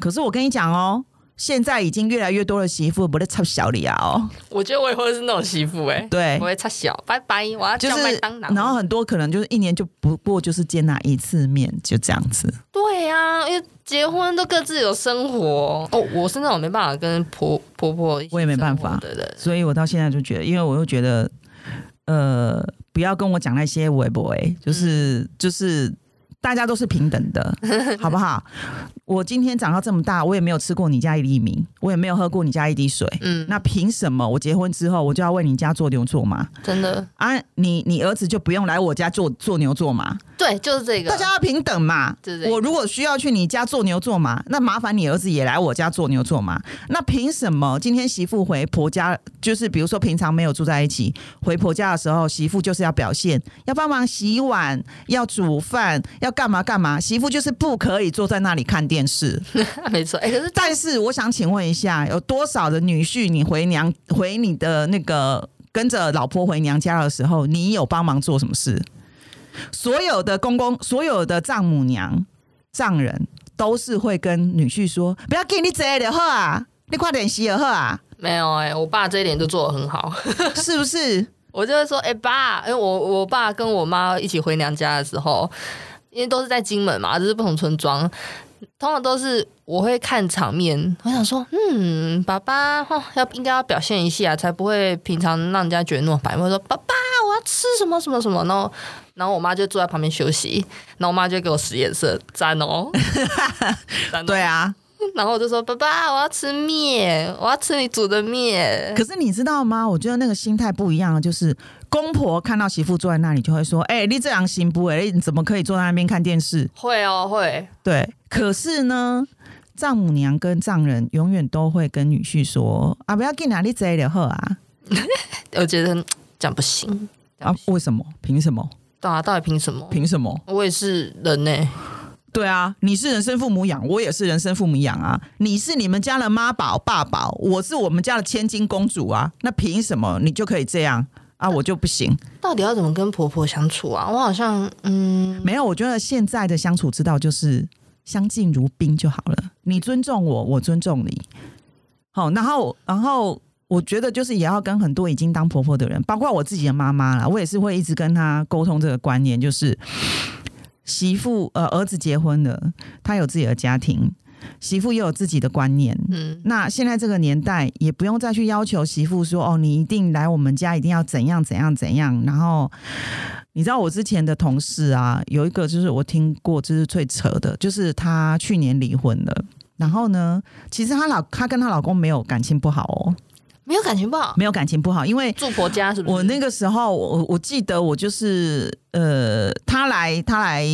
可是我跟你讲哦，现在已经越来越多的媳妇不是插小李啊哦，我觉得我也会是那种媳妇哎，对我，会插小，拜拜，我要就叫麦是当劳。然后很多可能就是一年就不过就是见那一次面，就这样子。对呀、因为结婚都各自有生活。哦，我是那种没办法跟婆婆婆一起我也没办生活法的人。所以我到现在就觉得，因为我又觉得，呃，不要跟我讲那些微博，就是、就是大家都是平等的，好不好？我今天长到这么大，我也没有吃过你家一粒米，我也没有喝过你家一滴水，嗯，那凭什么我结婚之后我就要为你家做牛做马真的，啊？你你儿子就不用来我家做做牛做马？对，就是这个。大家要平等嘛对。对我如果需要去你家做牛做马，那麻烦你儿子也来我家做牛做马。那凭什么今天媳妇回婆家，就是比如说平常没有住在一起，回婆家的时候，媳妇就是要表现，要帮忙洗碗，要煮饭，要干嘛干嘛？媳妇就是不可以坐在那里看电视。 没错，哎、可是但是我想请问一下，有多少的女婿你回娘回你的那个跟着老婆回娘家的时候，你有帮忙做什么事？所有的公公、所有的丈母娘、丈人都是会跟女婿说：“不要给你这的喝啊，你快点洗了喝啊，没有哎、我爸这一点就做的很好。是不是？我就会说，哎、爸，因为我我爸跟我妈一起回娘家的时候，因为都是在金门嘛，就是不同村庄，通常都是我会看场面，我想说，嗯，爸爸哦、要应该要表现一下，才不会平常让人家觉得那么白目。我说，爸爸，我要吃什么什么什么，然后然后我妈就坐在旁边休息，然后我妈就给我使眼色，赞哦，赞哦对，啊。然后我就说，爸爸，我要吃面，我要吃你煮的面，可是你知道吗？我觉得那个心态不一样，就是公婆看到媳妇坐在那里，就会说：‘哎、你这样行不？哎，你怎么可以坐在那边看电视？’会哦，会，对，可是呢，丈母娘跟丈人永远都会跟女婿说：“啊，不要给哪里贼的喝啊我觉得这样不行。！”啊，为什么？凭什么？对啊，到底凭什么？凭什么？我也是人呢、对啊，你是人生父母养，我也是人生父母养啊。你是你们家的妈宝爸宝，我是我们家的千金公主啊。那凭什么你就可以这样啊？我就不行。到底要怎么跟婆婆相处啊？我好像嗯，没有，我觉得现在的相处之道就是相敬如宾就好了。你尊重我，我尊重你。好，然后然后我觉得就是也要跟很多已经当婆婆的人，包括我自己的妈妈啦，我也是会一直跟她沟通这个观念，就是媳妇呃儿子结婚了，他有自己的家庭，媳妇也有自己的观念，嗯，那现在这个年代，也不用再去要求媳妇说哦，你一定来我们家，一定要怎样怎样怎样。然后，你知道我之前的同事啊，有一个就是我听过，就是最扯的，就是她去年离婚了。然后呢，其实她老她跟她老公没有感情不好哦，没有感情不好，没有感情不好，因为住婆家是不是？我那个时候，我我记得我就是呃，他来他来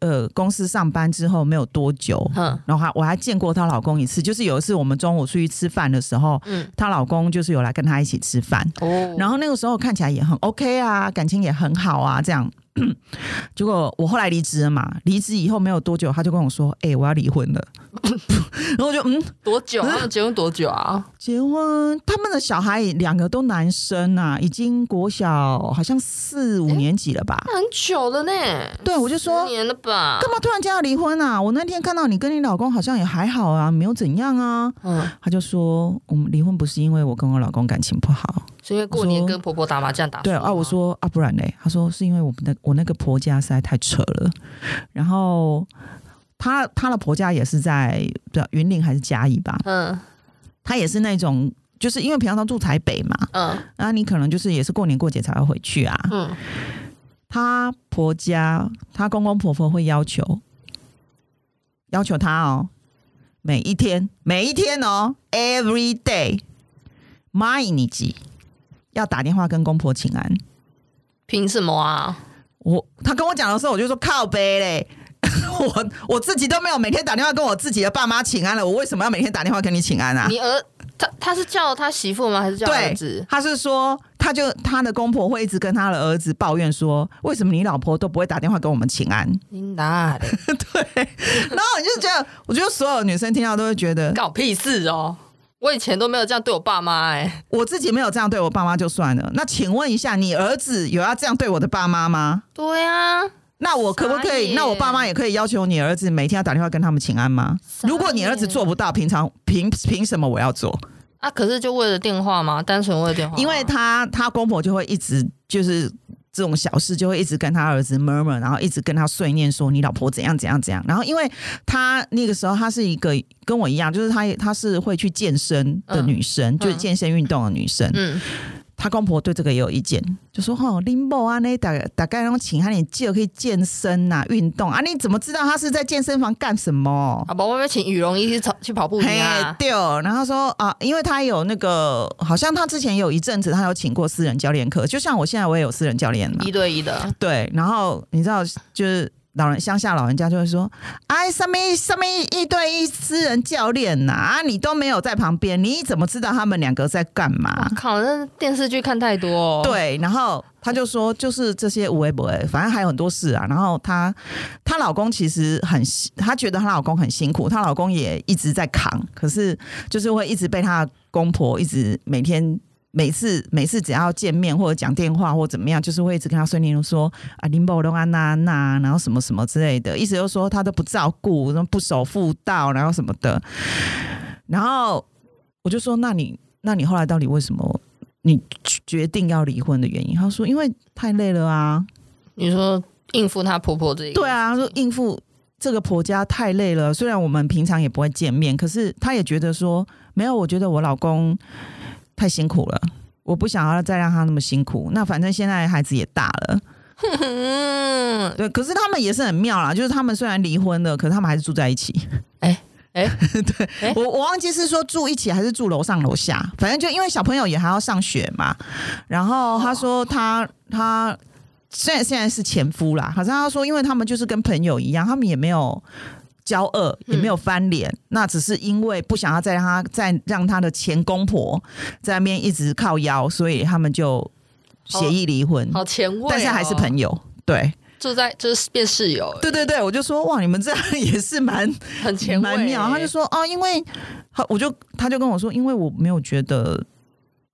呃公司上班之后没有多久，嗯然后还我还见过她老公一次，就是有一次我们中午出去吃饭的时候，嗯她老公就是有来跟她一起吃饭，哦，然后后那个时候看起来也很 OK 啊，感情也很好啊，这样。 结果我后来离职了嘛，离职以后没有多久，他就跟我说：“哎、我要离婚了。” 然后我就嗯，多久？他们结婚多久啊？结婚，他们的小孩两个都男生啊，已经国小好像四五年级了吧？那很久了呢，对，我就说十年了吧？干嘛突然间要离婚啊？我那天看到你跟你老公好像也还好啊，没有怎样啊。嗯，他就说我们离婚不是因为我跟我老公感情不好，是因为过年我说跟婆婆打麻将打输对吗啊，我说啊不然嘞，他说是因为我们的我那个婆家实在太扯了，然后。她她的婆家也是在对啊云林还是嘉义吧，嗯她也是那种，就是因为平常都住台北嘛，嗯那你可能就是也是过年过节才会回去啊。嗯，她婆家，她公公婆婆会要求，要求她哦，每一天，每一天哦，every day，毎日要打电话跟公婆请安。凭什么啊？我她跟我讲的时候，我就说靠背嘞。 我我自己都没有每天打电话跟我自己的爸妈请安了，我为什么要每天打电话跟你请安啊？你儿他他是叫他媳妇吗？还是叫对儿子？他是说，他就他的公婆会一直跟他的儿子抱怨说，为什么你老婆都不会打电话跟我们请 安？你 哪里？然后你就觉得，我觉得所有女生听到都会觉得，搞屁事哦！我以前都没有这样对我爸妈哎、我自己没有这样对我爸妈就算了，那请问一下，你儿子有要这样对我的爸妈吗？对啊，那我可不可傻以？眼那我爸妈也可以要求你儿子每天要打电话跟他们请安吗？眼如果你儿子做不到，平常凭凭什么我要做？啊，可是就为了电话吗？单纯为了电话吗？因为他他公婆就会一直就是这种小事就会一直跟他儿子 murmur，然后一直跟他碎念说你老婆怎样怎样怎样。然后因为他那个时候他是一个跟我一样，就是他他是会去健身的女生，就是健身运动的女生。嗯，他公婆对这个也有意见，就说：“吼、林某啊，那大大概让请他你借可以健身呐、运动啊，你怎么知道他是在健身房干什么？”啊，宝宝要请羽绒衣去跑去跑步机啊，对哦，然后说啊，因为他有那个，好像他之前有一阵子他有请过私人教练课，就像我现在我也有私人教练嘛一。对一的，对，然后你知道，就是老人乡下老人家就会说，哎，上面上面一对一私人教练呐、啊，你都没有在旁边，你怎么知道他们两个在干嘛？靠，那电视剧看太多、哦，，对，然后她就说，就是这些无为不为，反正还有很多事啊。然后她她老公其实很辛，她觉得她老公很辛苦，她老公也一直在扛，可是就是会一直被她的公婆一直每天。每次每次只要见面或者讲电话或怎么样，就是会一直跟她孙女说啊林宝龙啊娜娜，然后什么什么之类的，意思就是说她都不照顾，然后不守妇道，然后什么的。然后我就说，那你那你后来到底为什么你决定要离婚的原因，她说因为太累了啊，你说应付她婆婆这一个，对啊，她说应付这个婆家太累了。虽然我们平常也不会见面，可是她也觉得说没有，我觉得我老公太辛苦了，我不想要再让他那么辛苦。那反正现在孩子也大了，嗯，对，可是他们也是很妙啦，就是他们虽然离婚了，可是他们还是住在一起。哎哎对、哎我我忘记是说住一起还是住楼上楼下，反正就因为小朋友也还要上学嘛。然后他说他、他虽然现在是前夫啦，好像他说因为他们就是跟朋友一样，他们也没有。交恶也没有翻脸，那只是因为不想要再让他再让他的前公婆在那边一直靠腰，所以他们就协议离婚。好前卫、哦，但是还是朋友。对住在就是变室友，对对对，我就说哇，你们这样也是蛮很前卫、欸蛮妙。他就说哦，因为他我就他就跟我说，因为我没有觉得，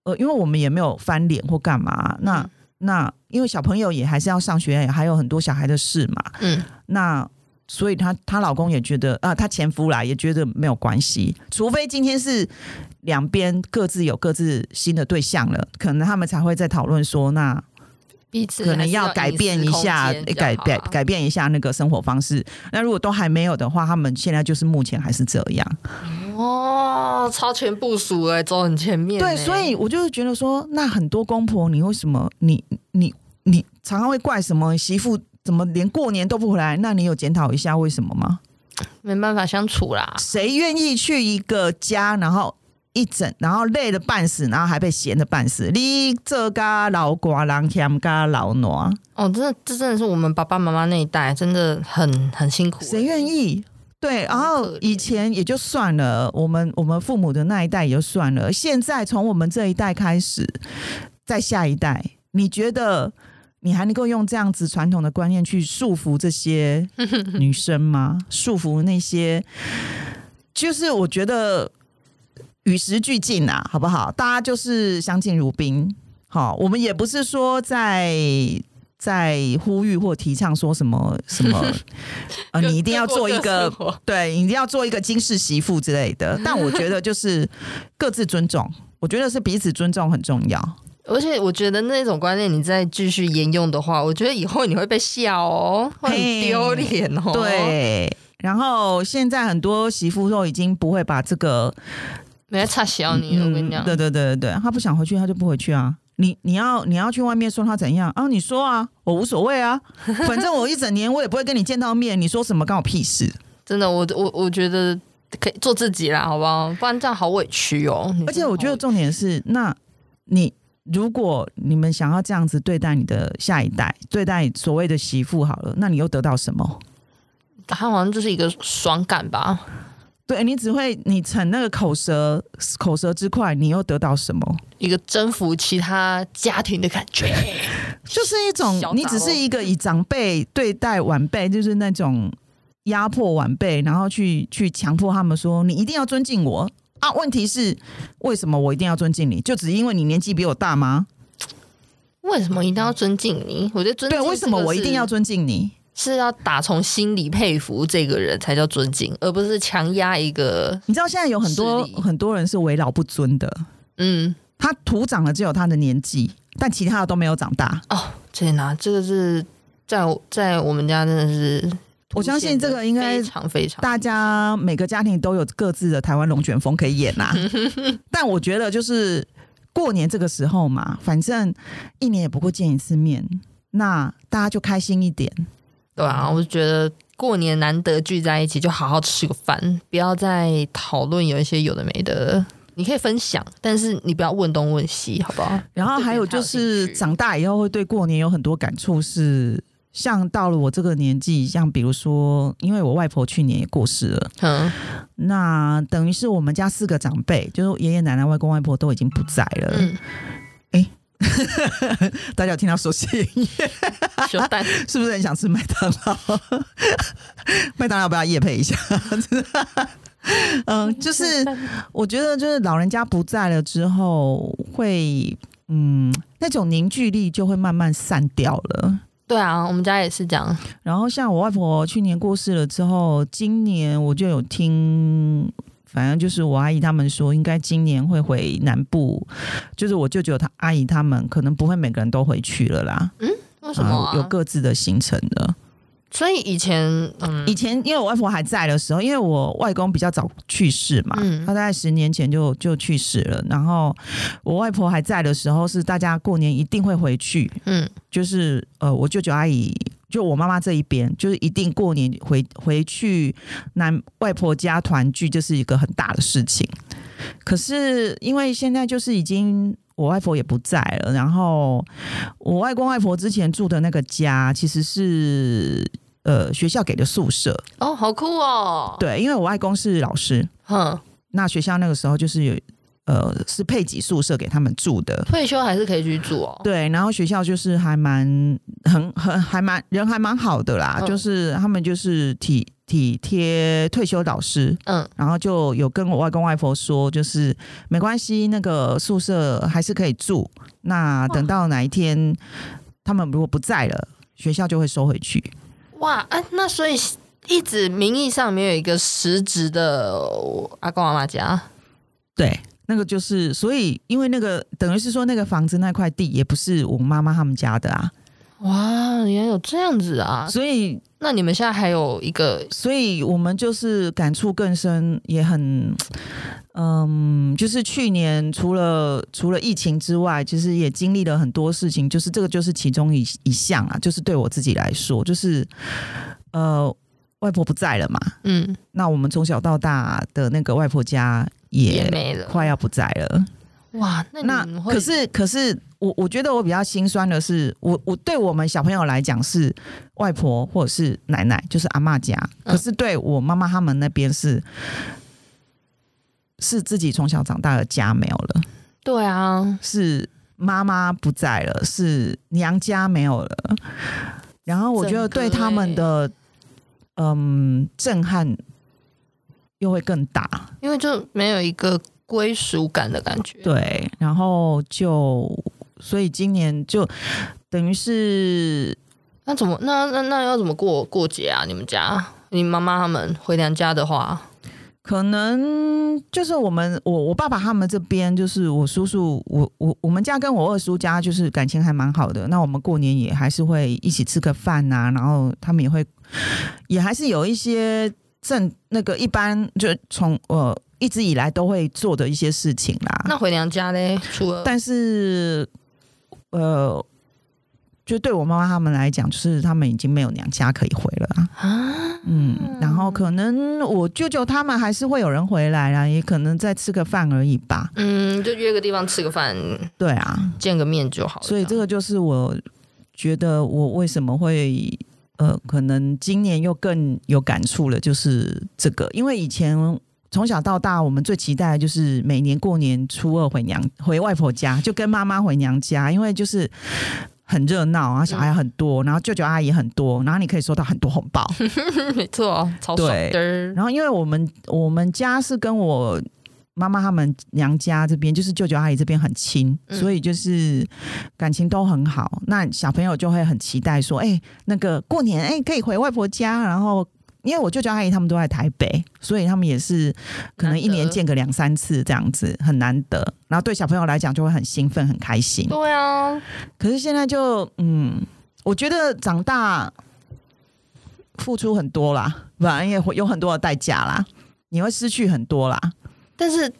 呃，因为我们也没有翻脸或干嘛。那、嗯那因为小朋友也还是要上学，也还有很多小孩的事嘛。嗯，那所以她她老公也觉得啊，她前夫啦也觉得没有关系，除非今天是两边各自有各自新的对象了，可能他们才会在讨论说那。彼此可还能是要要改变一下，哎隐私空间比较改好啊改改变一下那个生活方式。那如果都还没有的话，他们现在就是目前还是这样。哦，超前部署哎、走很前面、对，哎所以我就是觉得说，那很多公婆，你为什么你你你常常会怪什么媳妇怎么连过年都不回来？那你有检讨一下为什么吗？啊没办法相处啦，谁愿意去一个家，然后一整，然后累的半死，然后还被闲的半死。你这家老瓜人嫌家老暖，哦，真的，这真的是我们爸爸妈妈那一代，真的很很辛苦。欸谁愿意？对，然后可怜以前也就算了，我们我们父母的那一代也就算了，现在从我们这一代开始，在下一代，你觉得你还能够用这样子传统的观念去束缚这些女生吗？ 束缚那些，就是我觉得与时俱进啊，好不好？大家就是相敬如宾。好，我们也不是说在。在呼吁或提倡说什么什 么，呃，各你一定要做一个各过各生活对，你一定要做一个金氏媳妇之类的。但我觉得就是各自尊重，我觉得是彼此尊重很重要。 而且我觉得那种观念你再继续沿用的话，我觉得以后你会被笑哦，会很丢脸哦。，对，然后现在很多媳妇都已经不会把这个，没在差小你，我跟你嗯讲，对对对对对，她不想回去，她就不回去啊。你你要你要去外面说她怎样啊？你说啊，我无所谓啊，反正我一整年我也不会跟你见到面，你说什么关我屁事。真的，我我我觉得可以做自己啦，好不好？不然这样好委屈哦。而且我觉得这重点是，那你如果你们想要这样子对待你的下一代，对待所谓的媳妇好了，那你又得到什么？他好像就是一个爽感吧，对你只会你逞那个口舌口舌之快，你又得到什么？一个征服其他家庭的感觉。 就是一种小杂货你只是一个以长辈对待晚辈，就是那种压迫晚辈，然后去去强迫他们说你一定要尊敬我啊。问题是为什么我一定要尊敬你？就只因为你年纪比我大吗？为什么一定要尊敬你？我觉得尊敬对，为什么嗯这个我一是定要尊敬你？是要打从心里佩服这个人才叫尊敬，而不是强压一个你知道现在有很多势力很多人是为老不尊的，嗯他徒长了只有他的年纪，但其他的都没有长大。哦，天哪，这个是在我在我们家真的是，我相信这个应该非常非常大家每个家庭都有各自的台湾龙卷风可以 演啦、啊但我觉得就是过年这个时候嘛，反正一年也不过见一次面，那大家就开心一点。对啊，我就觉得过年难得聚在一起，就好好吃个饭，不要再讨论有一些有的没的。你可以分享，但是你不要问东问西，好 不好？然后还有就这边才有是兴趣长大以后会对过年有很多感触是，像到了我这个年纪，像比如说，因为我外婆去年也过世了。嗯，那等于是我们家四个长辈，就是爷爷奶奶、外公外婆都已经不在了。嗯大家有听到熟悉的音乐，修蛋是不是很想吃麦当劳？ 麦当劳要不要夜配一下？ 嗯，就是我觉得，就是老人家不在了之后，会嗯，那种凝聚力就会慢慢散掉了。 对啊，我们家也是这样。然后像我外婆去年过世了之后，今年我就有听，反正就是我阿姨他们说，应该今年会回南部，就是我舅舅他阿姨他们可能不会每个人都回去了啦，为什么、啊嗯有各自的行程的。所以以前，嗯以前因为我外婆还在的时候，因为我外公比较早去世嘛，嗯他大概十年前就就去世了。然后我外婆还在的时候，是大家过年一定会回去，嗯，就是呃，我舅舅阿姨，就我妈妈这一边，就是一定过年回回去南外婆家团聚，这是一个很大的事情。可是因为现在就是已经我外婆也不在了，然后我外公外婆之前住的那个家其实是。呃，学校给的宿舍，哦，好酷哦，对，因为我外公是老师，哼，那学校那个时候就是有，呃，是配给宿舍给他们住的，退休还是可以去住哦，对，然后学校就是还蛮很很还蛮人还蛮好的啦，嗯就是他们就是体体贴退休老师，嗯，然后就有跟我外公外婆说，就是没关系，那个宿舍还是可以住，那等到哪一天他们如果不在了，学校就会收回去。哇，啊，那所以一直名义上没有一个实质的呃阿公阿妈家，对，那个就是，所以因为那个等于是说那个房子那块地也不是我妈妈他们家的啊，哇，原来有这样子啊！所以那你们现在还有一个所以我们就是感触更深，也很，嗯，就是去年除了除了疫情之外，其实也经历了很多事情，就是这个就是其中一一项啊，就是对我自己来说，就是呃，外婆不在了嘛，嗯那我们从小到大的那个外婆家也也没了。快要不在了。哇，那那你们会可是可是我我觉得我比较心酸的是，我我对我们小朋友来讲是外婆或者是奶奶，就是阿嬷家，嗯可是对我妈妈他们那边是。是自己从小长大的家没有了，对啊，是妈妈不在了，是娘家没有了。然后我觉得整对个他们的嗯震撼又会更大，因为就没有一个归属感的感觉。对，然后就所以今年就等于是那怎么那那那要怎么过过节啊？你们家，你妈妈他们回娘家的话，可能就是我们我我爸爸他们这边就是我叔叔我我我们家跟我二叔家就是感情还蛮好的，那我们过年也还是会一起吃个饭呐、然后他们也会也还是有一些正那个一般就从呃一直以来都会做的一些事情啦。那回娘家嘞，除了但是，呃，就对我妈妈他们来讲，就是他们已经没有娘家可以回了啊。嗯，然后可能我舅舅他们还是会有人回来啦，也可能再吃个饭而已吧。嗯，就约个地方吃个饭，对啊，见个面就好了。所以这样个就是我觉得我为什么会。呃，可能今年又更有感触了，就是这个，因为以前从小到大，我们最期待的就是每年过年初二回娘回外婆家，就跟妈妈回娘家，因为就是很热闹，然后小孩很多，然后舅舅阿姨很多，然后你可以收到很多红包。 没错，超爽对的。然后因为我们我们家是跟我妈妈他们娘家这边，就是舅舅阿姨这边很亲，嗯所以就是感情都很好。那小朋友就会很期待说，哎、那个过年哎、可以回外婆家，然后。因为我舅舅阿姨他们都在台北，所以他们也是可能一年难得见个两三次这样子，很难得。然后对小朋友来讲就会很兴奋、很开心。对啊，可是现在就嗯，我觉得长大付出很多啦，反正也会有很多的代价啦，你会失去很多啦。但是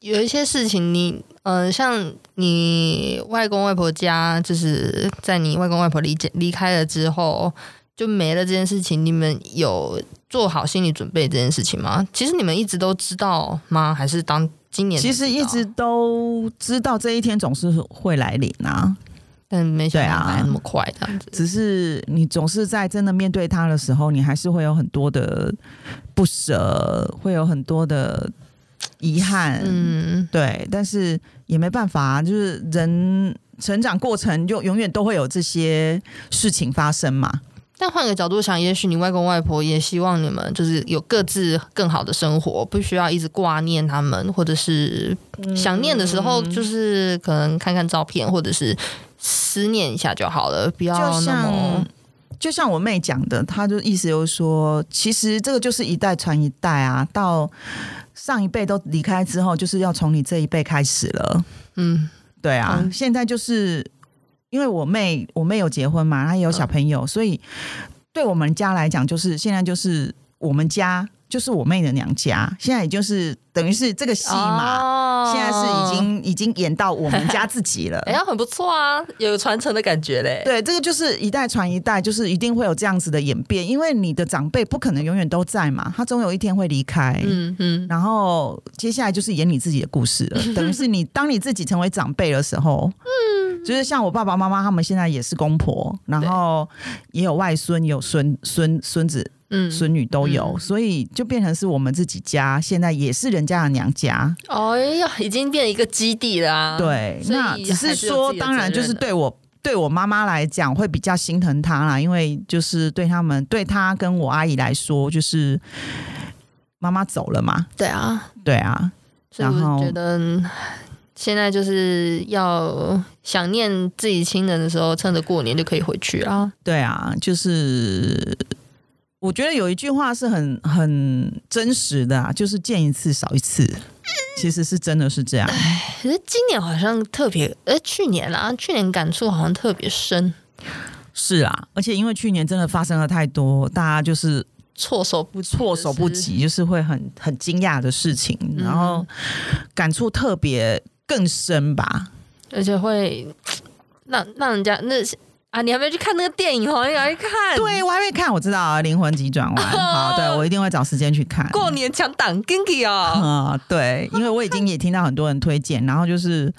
有一些事情你，嗯、像你外公外婆家，就是在你外公外婆离家离开了之后，就没了这件事情，你们有做好心理准备这件事情吗？其实你们一直都知道吗？还是当今年才其实知一道直，都知道这一天总是会来临啊，但没想对到啊来那么快，这样子。只是你总是在真的面对它的时候，你还是会有很多的不舍，会有很多的遗憾。嗯，对，但是也没办法、啊，就是人成长过程就永远都会有这些事情发生嘛。但换个角度想，也许你外公外婆也希望你们就是有各自更好的生活，不需要一直挂念他们，或者是嗯想念的时候，就是可能看看照片，或者是思念一下就好了，不要就那么像就像我妹讲的，她就意思就是说，其实这个就是一代传一代啊，到上一辈都离开之后，就是要从你这一辈开始了。嗯对啊，嗯现在就是因为我妹，我妹有结婚嘛，她也有嗯小朋友，所以对我们家来讲，就是现在就是我们家就是我妹的娘家，现在也就是等于是这个戏嘛，哦现在是已经已经演到我们家自己 了。哎呀，很不错啊，有传承的感觉嘞。对，这个就是一代传一代，就是一定会有这样子的演变，因为你的长辈不可能永远都在嘛，他总有一天会离开。嗯嗯，然后接下来就是演你自己的故事 了，等于是你当你自己成为长辈的时候，嗯，就是像我爸爸妈妈他们现在也是公婆，然后也有外孙，也有孙孙孙子、嗯孙女都有，嗯所以就变成是我们自己家，现在也是人家的娘家。哎呀，已经变一个基地了啊。对，所以那只是还是有说，自己的当然责就任是的对我对我妈妈来讲会比较心疼她啦，因为就是对他们对她跟我阿姨来说，就是妈妈走了嘛，对啊，对啊，所以我然后觉得嗯现在就是要想念自己亲人的时候，趁着过年就可以回去啊。对啊，就是。我觉得有一句话是很很真实的、啊，就是见一次少一次，其实是真的是这样。可是今年好像特别，呃，去年啦，去年感触好像特别深，是啊，而且因为去年真的发生了太多，大家就是措手不及，措手不。及，就是会很很惊讶的事情，嗯然后感触特别更深吧。而且会让让人家那啊，你还没去看那个电影哦，你赶快去看。，对我还没看，我知道啊《灵魂急转 弯》。好，对我一定会找时间去看。过年强档 g i n g y 哦，啊、对，因为我已经也听到很多人推荐，然后就是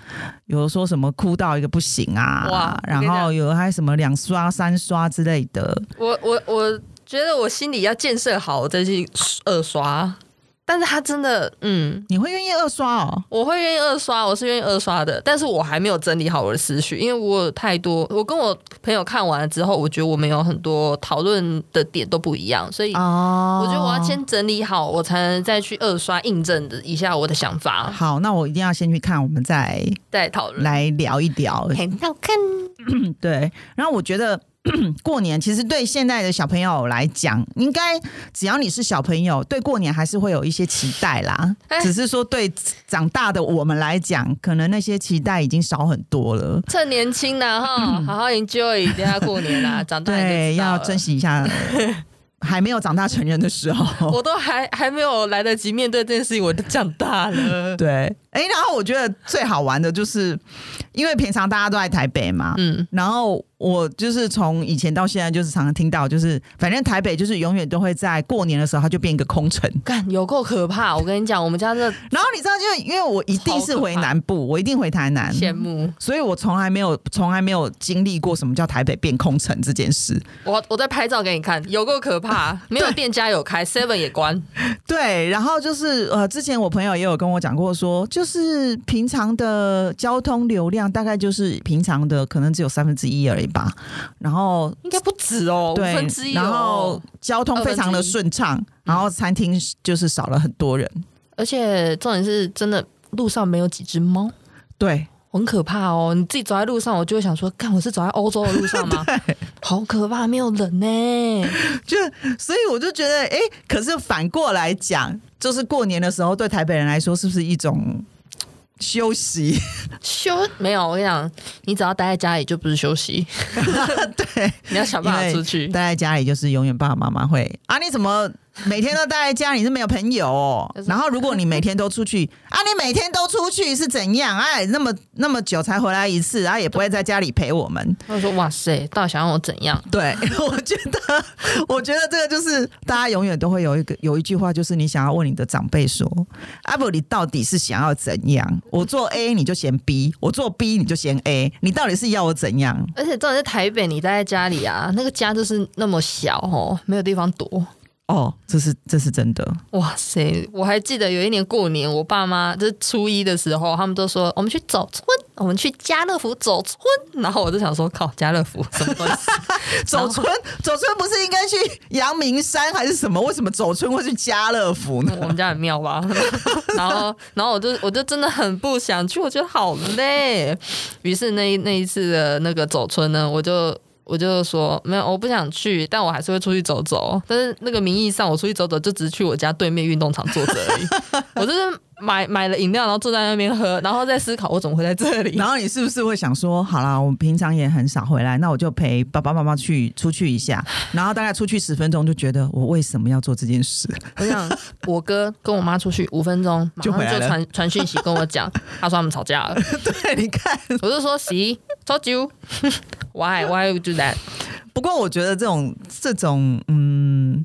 有说什么哭到一个不行啊，哇我跟然你后讲有还什么两刷、三刷之类的，我我我觉得我心里要建设好，我再去二刷。但是他真的，嗯，你会愿意二刷哦？我会愿意二刷，我是愿意二刷的，但是我还没有整理好我的思绪，因为我有太多，我跟我朋友看完了之后，我觉得我们有很多讨论的点都不一样，所以哦，我觉得我要先整理好，我才能再去二刷印证的一下我的想法，哦好，那我一定要先去看，我们再再讨论。来聊一聊。很好看，对，然后我觉得 过年其实对现在的小朋友来讲，应该只要你是小朋友，对过年还是会有一些期待啦。哎只是说对长大的我们来讲，可能那些期待已经少很多了。趁年轻呢、哈，好好 enjoy 等一下过年 啦、长大你就嗯对，知道要了珍。惜一 下还没有长大成人的时候。我都还还没有来得及面对这件事情，我就长大了。对，哎、然后我觉得最好玩的就是，因为平常大家都在台北嘛，嗯，然后我就是从以前到现在，就是常常听到，就是反正台北就是永远都会在过年的时候，它就变一个空城。干有够可怕！我跟你讲，我们家这然后你知道，因为因为我一定是回南部，我一定回台南，羡慕所以我从来没有从来没有经历过什么叫台北变空城这件事。我，我在拍照给你看，有够可怕。 没有店家有开，Seven 也关。对，然后就是呃，之前我朋友也有跟我讲过说就是平常的交通流量大概就是平常的可能只有三分之一而已吧，然后应该不止哦，五对，分之一然哦后。交通非常的顺畅，然后餐厅就是少了很多人，而且重点是真的，路上没有几只猫。对，很可怕哦！你自己走在路上，我就会想说，看我是走在欧洲的路上 吗？好可怕，没有人呢、就所以我就觉得，哎、可是反过来讲，就是过年的时候对台北人来说，是不是一种休 息？ 休没有，我跟你讲，你只要待在家里就不是休息，对，你要想办法出去。待在家里就是永远爸爸妈妈会啊，你怎么每天都待在家里？你是没有朋友哦、就是然后如果你每天都出去 啊，你每天都出去是怎样？哎，那么那么久才回来一次，啊然、后也不会在家里陪我们。他说：“哇塞，到底想让我怎样对， 我觉得，我觉得这个就是大家永远都会有一个有一句话，就是你想要问你的长辈说：“阿伯，你到底是想要怎样？我做 A 你就嫌 B，我做 B 你就嫌 A，你到底是要我怎样？”？”而且重点是台北，你待在家里啊，那个家就是那么小哦，没有地方躲。哦，这是这是真的，哇塞！我还记得有一年过年，我爸妈就是初一的时候，他们都说我们去走村，我们去家乐福走村。然后我就想说，靠，家乐福什么东西？走村走村不是应该去阳明山还是什么？为什么走村会去家乐福呢？我们家很妙吧？ 然后，然后我就我就真的很不想去，我觉得好累。于是那一那一次的那个走村呢，我就我就说没有，我不想去，但我还是会出去走走。但是那个名义上，我出去走走就只是去我家对面运动场坐着而已。 我就是买买了饮料，然后坐在那边喝，然后再思考我怎么会在 这里。然后你是不是会想说，好啦，我平常也很少回来，那我就陪爸爸妈妈去出去一下，然后大概出去十分钟就觉得我为什么要做这件事？我想我哥跟我妈出去五分钟，马就上回来就了传传讯息跟我讲，他说他们吵架了。 对，你看，我就说 See, told you, why why would you do that？不过我觉得这种这种嗯，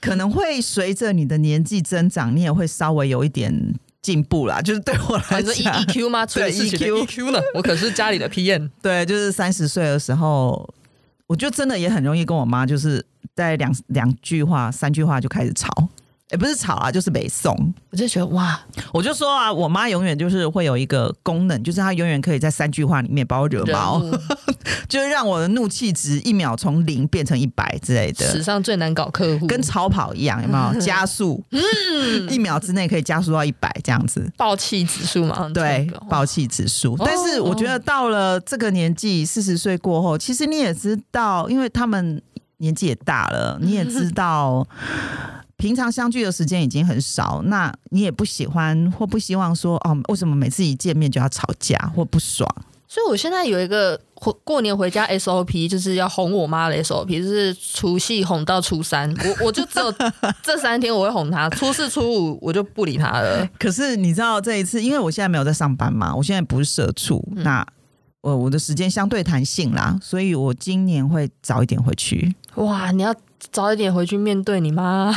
可能会随着你的年纪增长，你也会稍微有一点进步啦。就是对我啊来你说 E 讲， E Q 吗？处理对事情的 E EQ Q 呢？我可是家里的 P N。对，就是三十岁的时候，我就真的也很容易跟我妈就是在两两句话、三句话就开始吵。也不是吵啊，就是北宋。我就觉得哇，我就说啊，我妈永远就是会有一个功能，就是她永远可以在三句话里面把我惹毛，人物就是让我的怒气值一秒从零变成一百之类的。史上最难搞客户，跟超跑一样，有没 有加速？嗯，一秒之内可以加速到一百这样子。暴气指数嘛，对嗯超，高暴气指数。哦但是我觉得到了这个年纪，四十岁过后，其实你也知道，因为他们年纪也大 了，你也知道。平常相聚的时间已经很少，那你也不喜欢或不希望说哦，为什么每次一见面就要吵架或不爽？所以我现在有一个回过年回家 S O P，就是要哄我妈的 S O P，就是除夕哄到初三，我我就只 有这三天我会哄她，初四初五我就不理她了。可是你知道这一次，因为我现在没有在上班嘛，我现在不是社畜，那呃，我的时间相对弹性啦，所以我今年会早一点回去。哇，你要早一点回去面对你妈。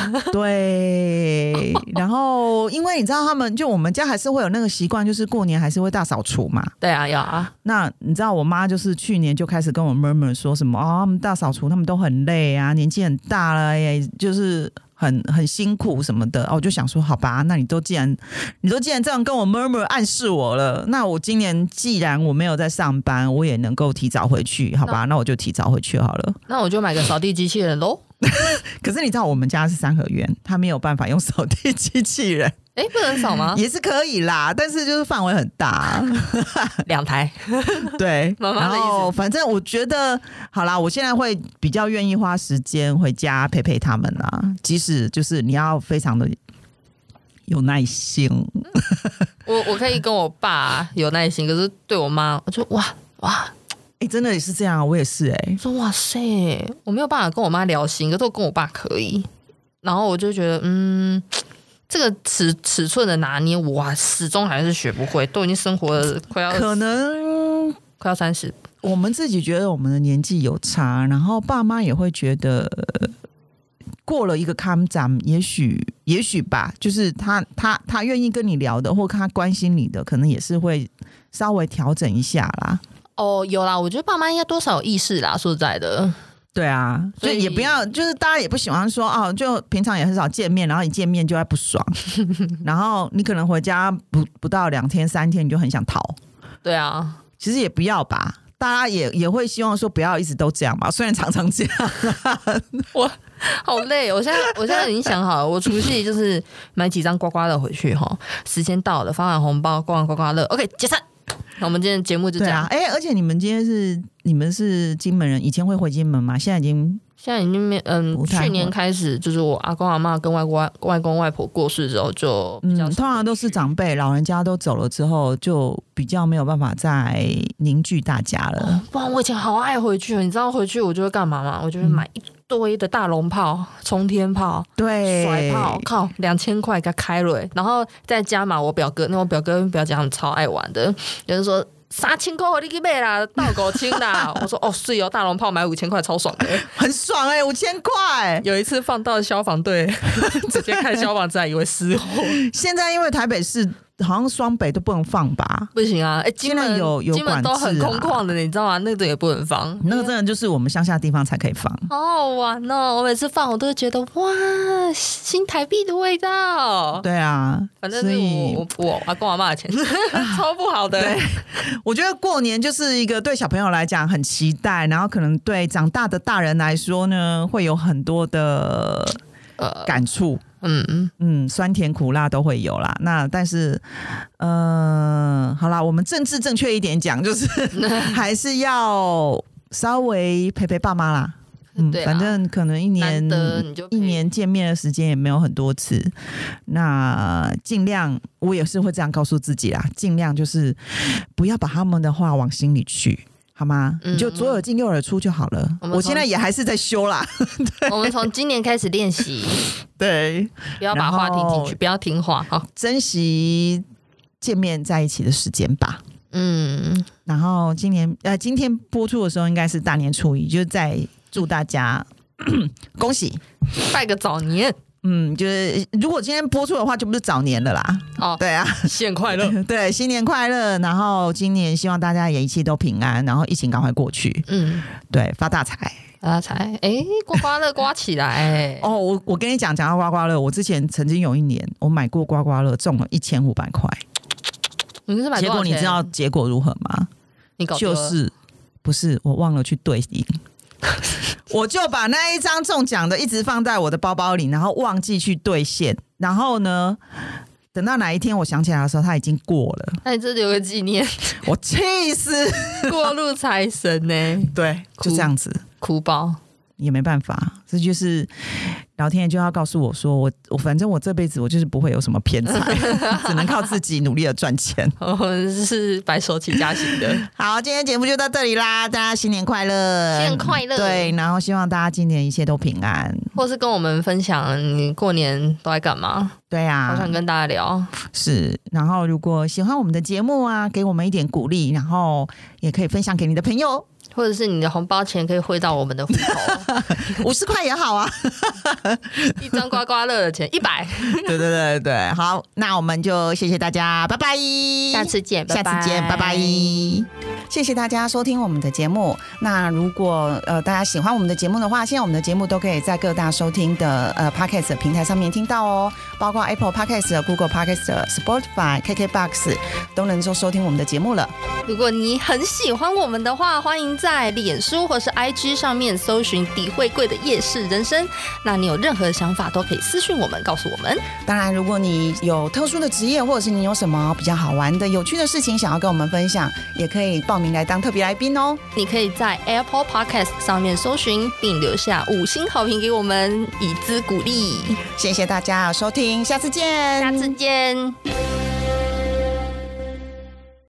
对，然后因为你知道他们就我们家还是会有那个习惯，就是过年还是会大扫除嘛。对啊，要啊，那你知道我妈就是去年就开始跟我 murmur 说什么哦，他们大扫除他们都很累啊，年纪很大了耶，就是。很很辛苦什么的，哦，我就想说，好吧，那你都既然你都既然这样跟我 murmur 暗示我了，那我今年既然我没有在上班，我也能够提早回去，好吧，那我就提早回去好了。那我就买个扫地机器人喽。可是你知道我们家是三合院，他没有办法用扫地机器人，哎，不能扫吗？也是可以啦，但是就是范围很大。啊两台。 对，妈妈的意然思后反正我觉得，好啦，我现在会比较愿意花时间回家陪陪他们啦。即使就是你要非常的有耐心，我我可以跟我爸有耐心，可是对我妈，我就哇哇，哎、真的也是这样啊，我也是哎、我说哇塞，我没有办法跟我妈聊心，可是我跟我爸可以。然后我就觉得，嗯，这个尺尺寸的拿捏，我始终还是学不会，都已经生活了快要可能快要三十，我们自己觉得我们的年纪有差，然后爸妈也会觉得。呃过了一个坎站，也许也许吧，就是他他他愿意跟你聊的，或他关心你的，可能也是会稍微调整一下啦。哦，有啦，我觉得爸妈应该多少有意识啦。说实在的，对啊，所所以以也不要，就是大家也不喜欢说哦，就平常也很少见面，然后一见面就会不 爽，然后你可能回家不不到两天三天，你就很想逃。对啊，其实也不要吧，大家也也会希望说不要一直都这样嘛，虽然常常这样。好累。我现在我现在已经想好了，我除夕就是买几张刮刮乐回去哈，时间到了发完红包，刮完刮刮乐，OK 解散。那我们今天的节目就这对样，啊，哎、而且你们今天是你们是金门人，以前会回金门吗？现在已经现在已经没嗯不，太会去年开始就是我阿公阿妈跟外公外外公外婆过世之后就比嗯较，通常都是长辈老人家都走了之后，就比较没有办法再凝聚大家了。不然我以前好爱回去哦，你知道回去我就会干嘛吗？我就会买一堆的大龙炮、冲天炮、对， 甩炮，靠，两千块给他开了欸、然后再加码我表哥，那我表哥跟表姐他们超爱玩的，有人说。三千块我你去买啦，倒狗清 啦！我说哦是哦，大龙炮买五千块超爽的。很爽哎、五千 块。有一次放到消防队， 直接看消防站以为失火，现在因为台北市好像双北都不能放吧，不行啊！哎、现金在门有有金门都很管空制啊旷的，你知道吗？那个也不能放，那个真的就是我们乡下地方才可以放。好好玩哦！我每次放我都会觉得哇，新台币的味道。对啊，哦反正所是以我我我阿公阿妈的 钱，超不好的。我觉得过年就是一个对小朋友来讲很期待，然后可能对长大的大人来说呢，会有很多的呃，感触。嗯嗯，嗯，酸甜苦辣都会有啦。那但是，呃，好啦，我们政治正确一点讲，就是 还是要稍微陪陪爸妈啦。嗯，对啊反正可能一年难得你就陪一年见面的时间也没有很多次，那尽量我也是会这样告诉自己啦，尽量就是不要把他们的话往心里去。好吗？嗯你就左耳进右耳出就好了。我们我现在也还是在修 啦，我们从今年开始练习， 对，不要把话然听后进去，不要听话。好，珍惜见面在一起的时间吧。嗯，然后今年呃，今天播出的时候应该是大年初一，就是在祝大家 恭喜。拜个早年嗯，就是如果今天播出的话，就不是早年了啦。哦，对啊，现快 乐。对，新年快乐！然后今年希望大家也一切都平安，然后疫情赶快过去，嗯，对，发大财。，发财！哎，刮刮乐刮起来哦，我我跟你讲，讲到刮刮乐，我之前曾经有一年我买过刮刮乐，中了一千五百块，你是买结多果少你钱？知道结果如何吗？你搞丢就了是不是我忘了去对 应，我就把那一张中奖的一直放在我的包包里，然后忘记去兑现。然后呢，等到哪一天我想起来的时候，它已经过了， 那你这留个纪念，我气死。 过路财神呢、对，就这样子哭 包。也没办法，这就是老天爷就要告诉我说，我我反正我这辈子我就是不会有什么偏 财，只能靠自己努力的赚钱。我们哦是白手起家型 的，好，今天节目就到这里啦，大家新年快乐，新年快乐对，然后希望大家今年一切都平安。或是跟我们分享你过年都在干嘛？对好啊想，跟大家聊，是。然后如果喜欢我们的节目啊，给我们一点鼓励，然后也可以分享给你的朋 友，或者是你的红包钱可以汇到我们的户 头，五十块也好 啊。一张刮刮乐的钱一百，对对对对，好，那我们就谢谢大家，拜拜， 下次见，下次见，拜拜。谢谢大家收听我们的节目。那如果呃大家喜欢我们的节目的话，现在我们的节目都可以在各大收听的呃 podcast 平台上面听到哦，包括 Apple Podcast、Google Podcast、Spotify、KKBox 都能够收听我们的节目了。如果你很喜欢我们的话，欢迎在脸书或是 IG 上面搜寻“底会贵的夜市人生”。那你有任何想法都可以私讯我们，告诉我们。当然，如果你有特殊的职业，或者是你有什么比较好玩的、有趣的事情想要跟我们分享，也可以报名来当特别来宾哦。你可以在 Apple Podcast 上面搜寻，并留下五星好评给我们，以资鼓励。谢谢大家的收听，下次见，下次见。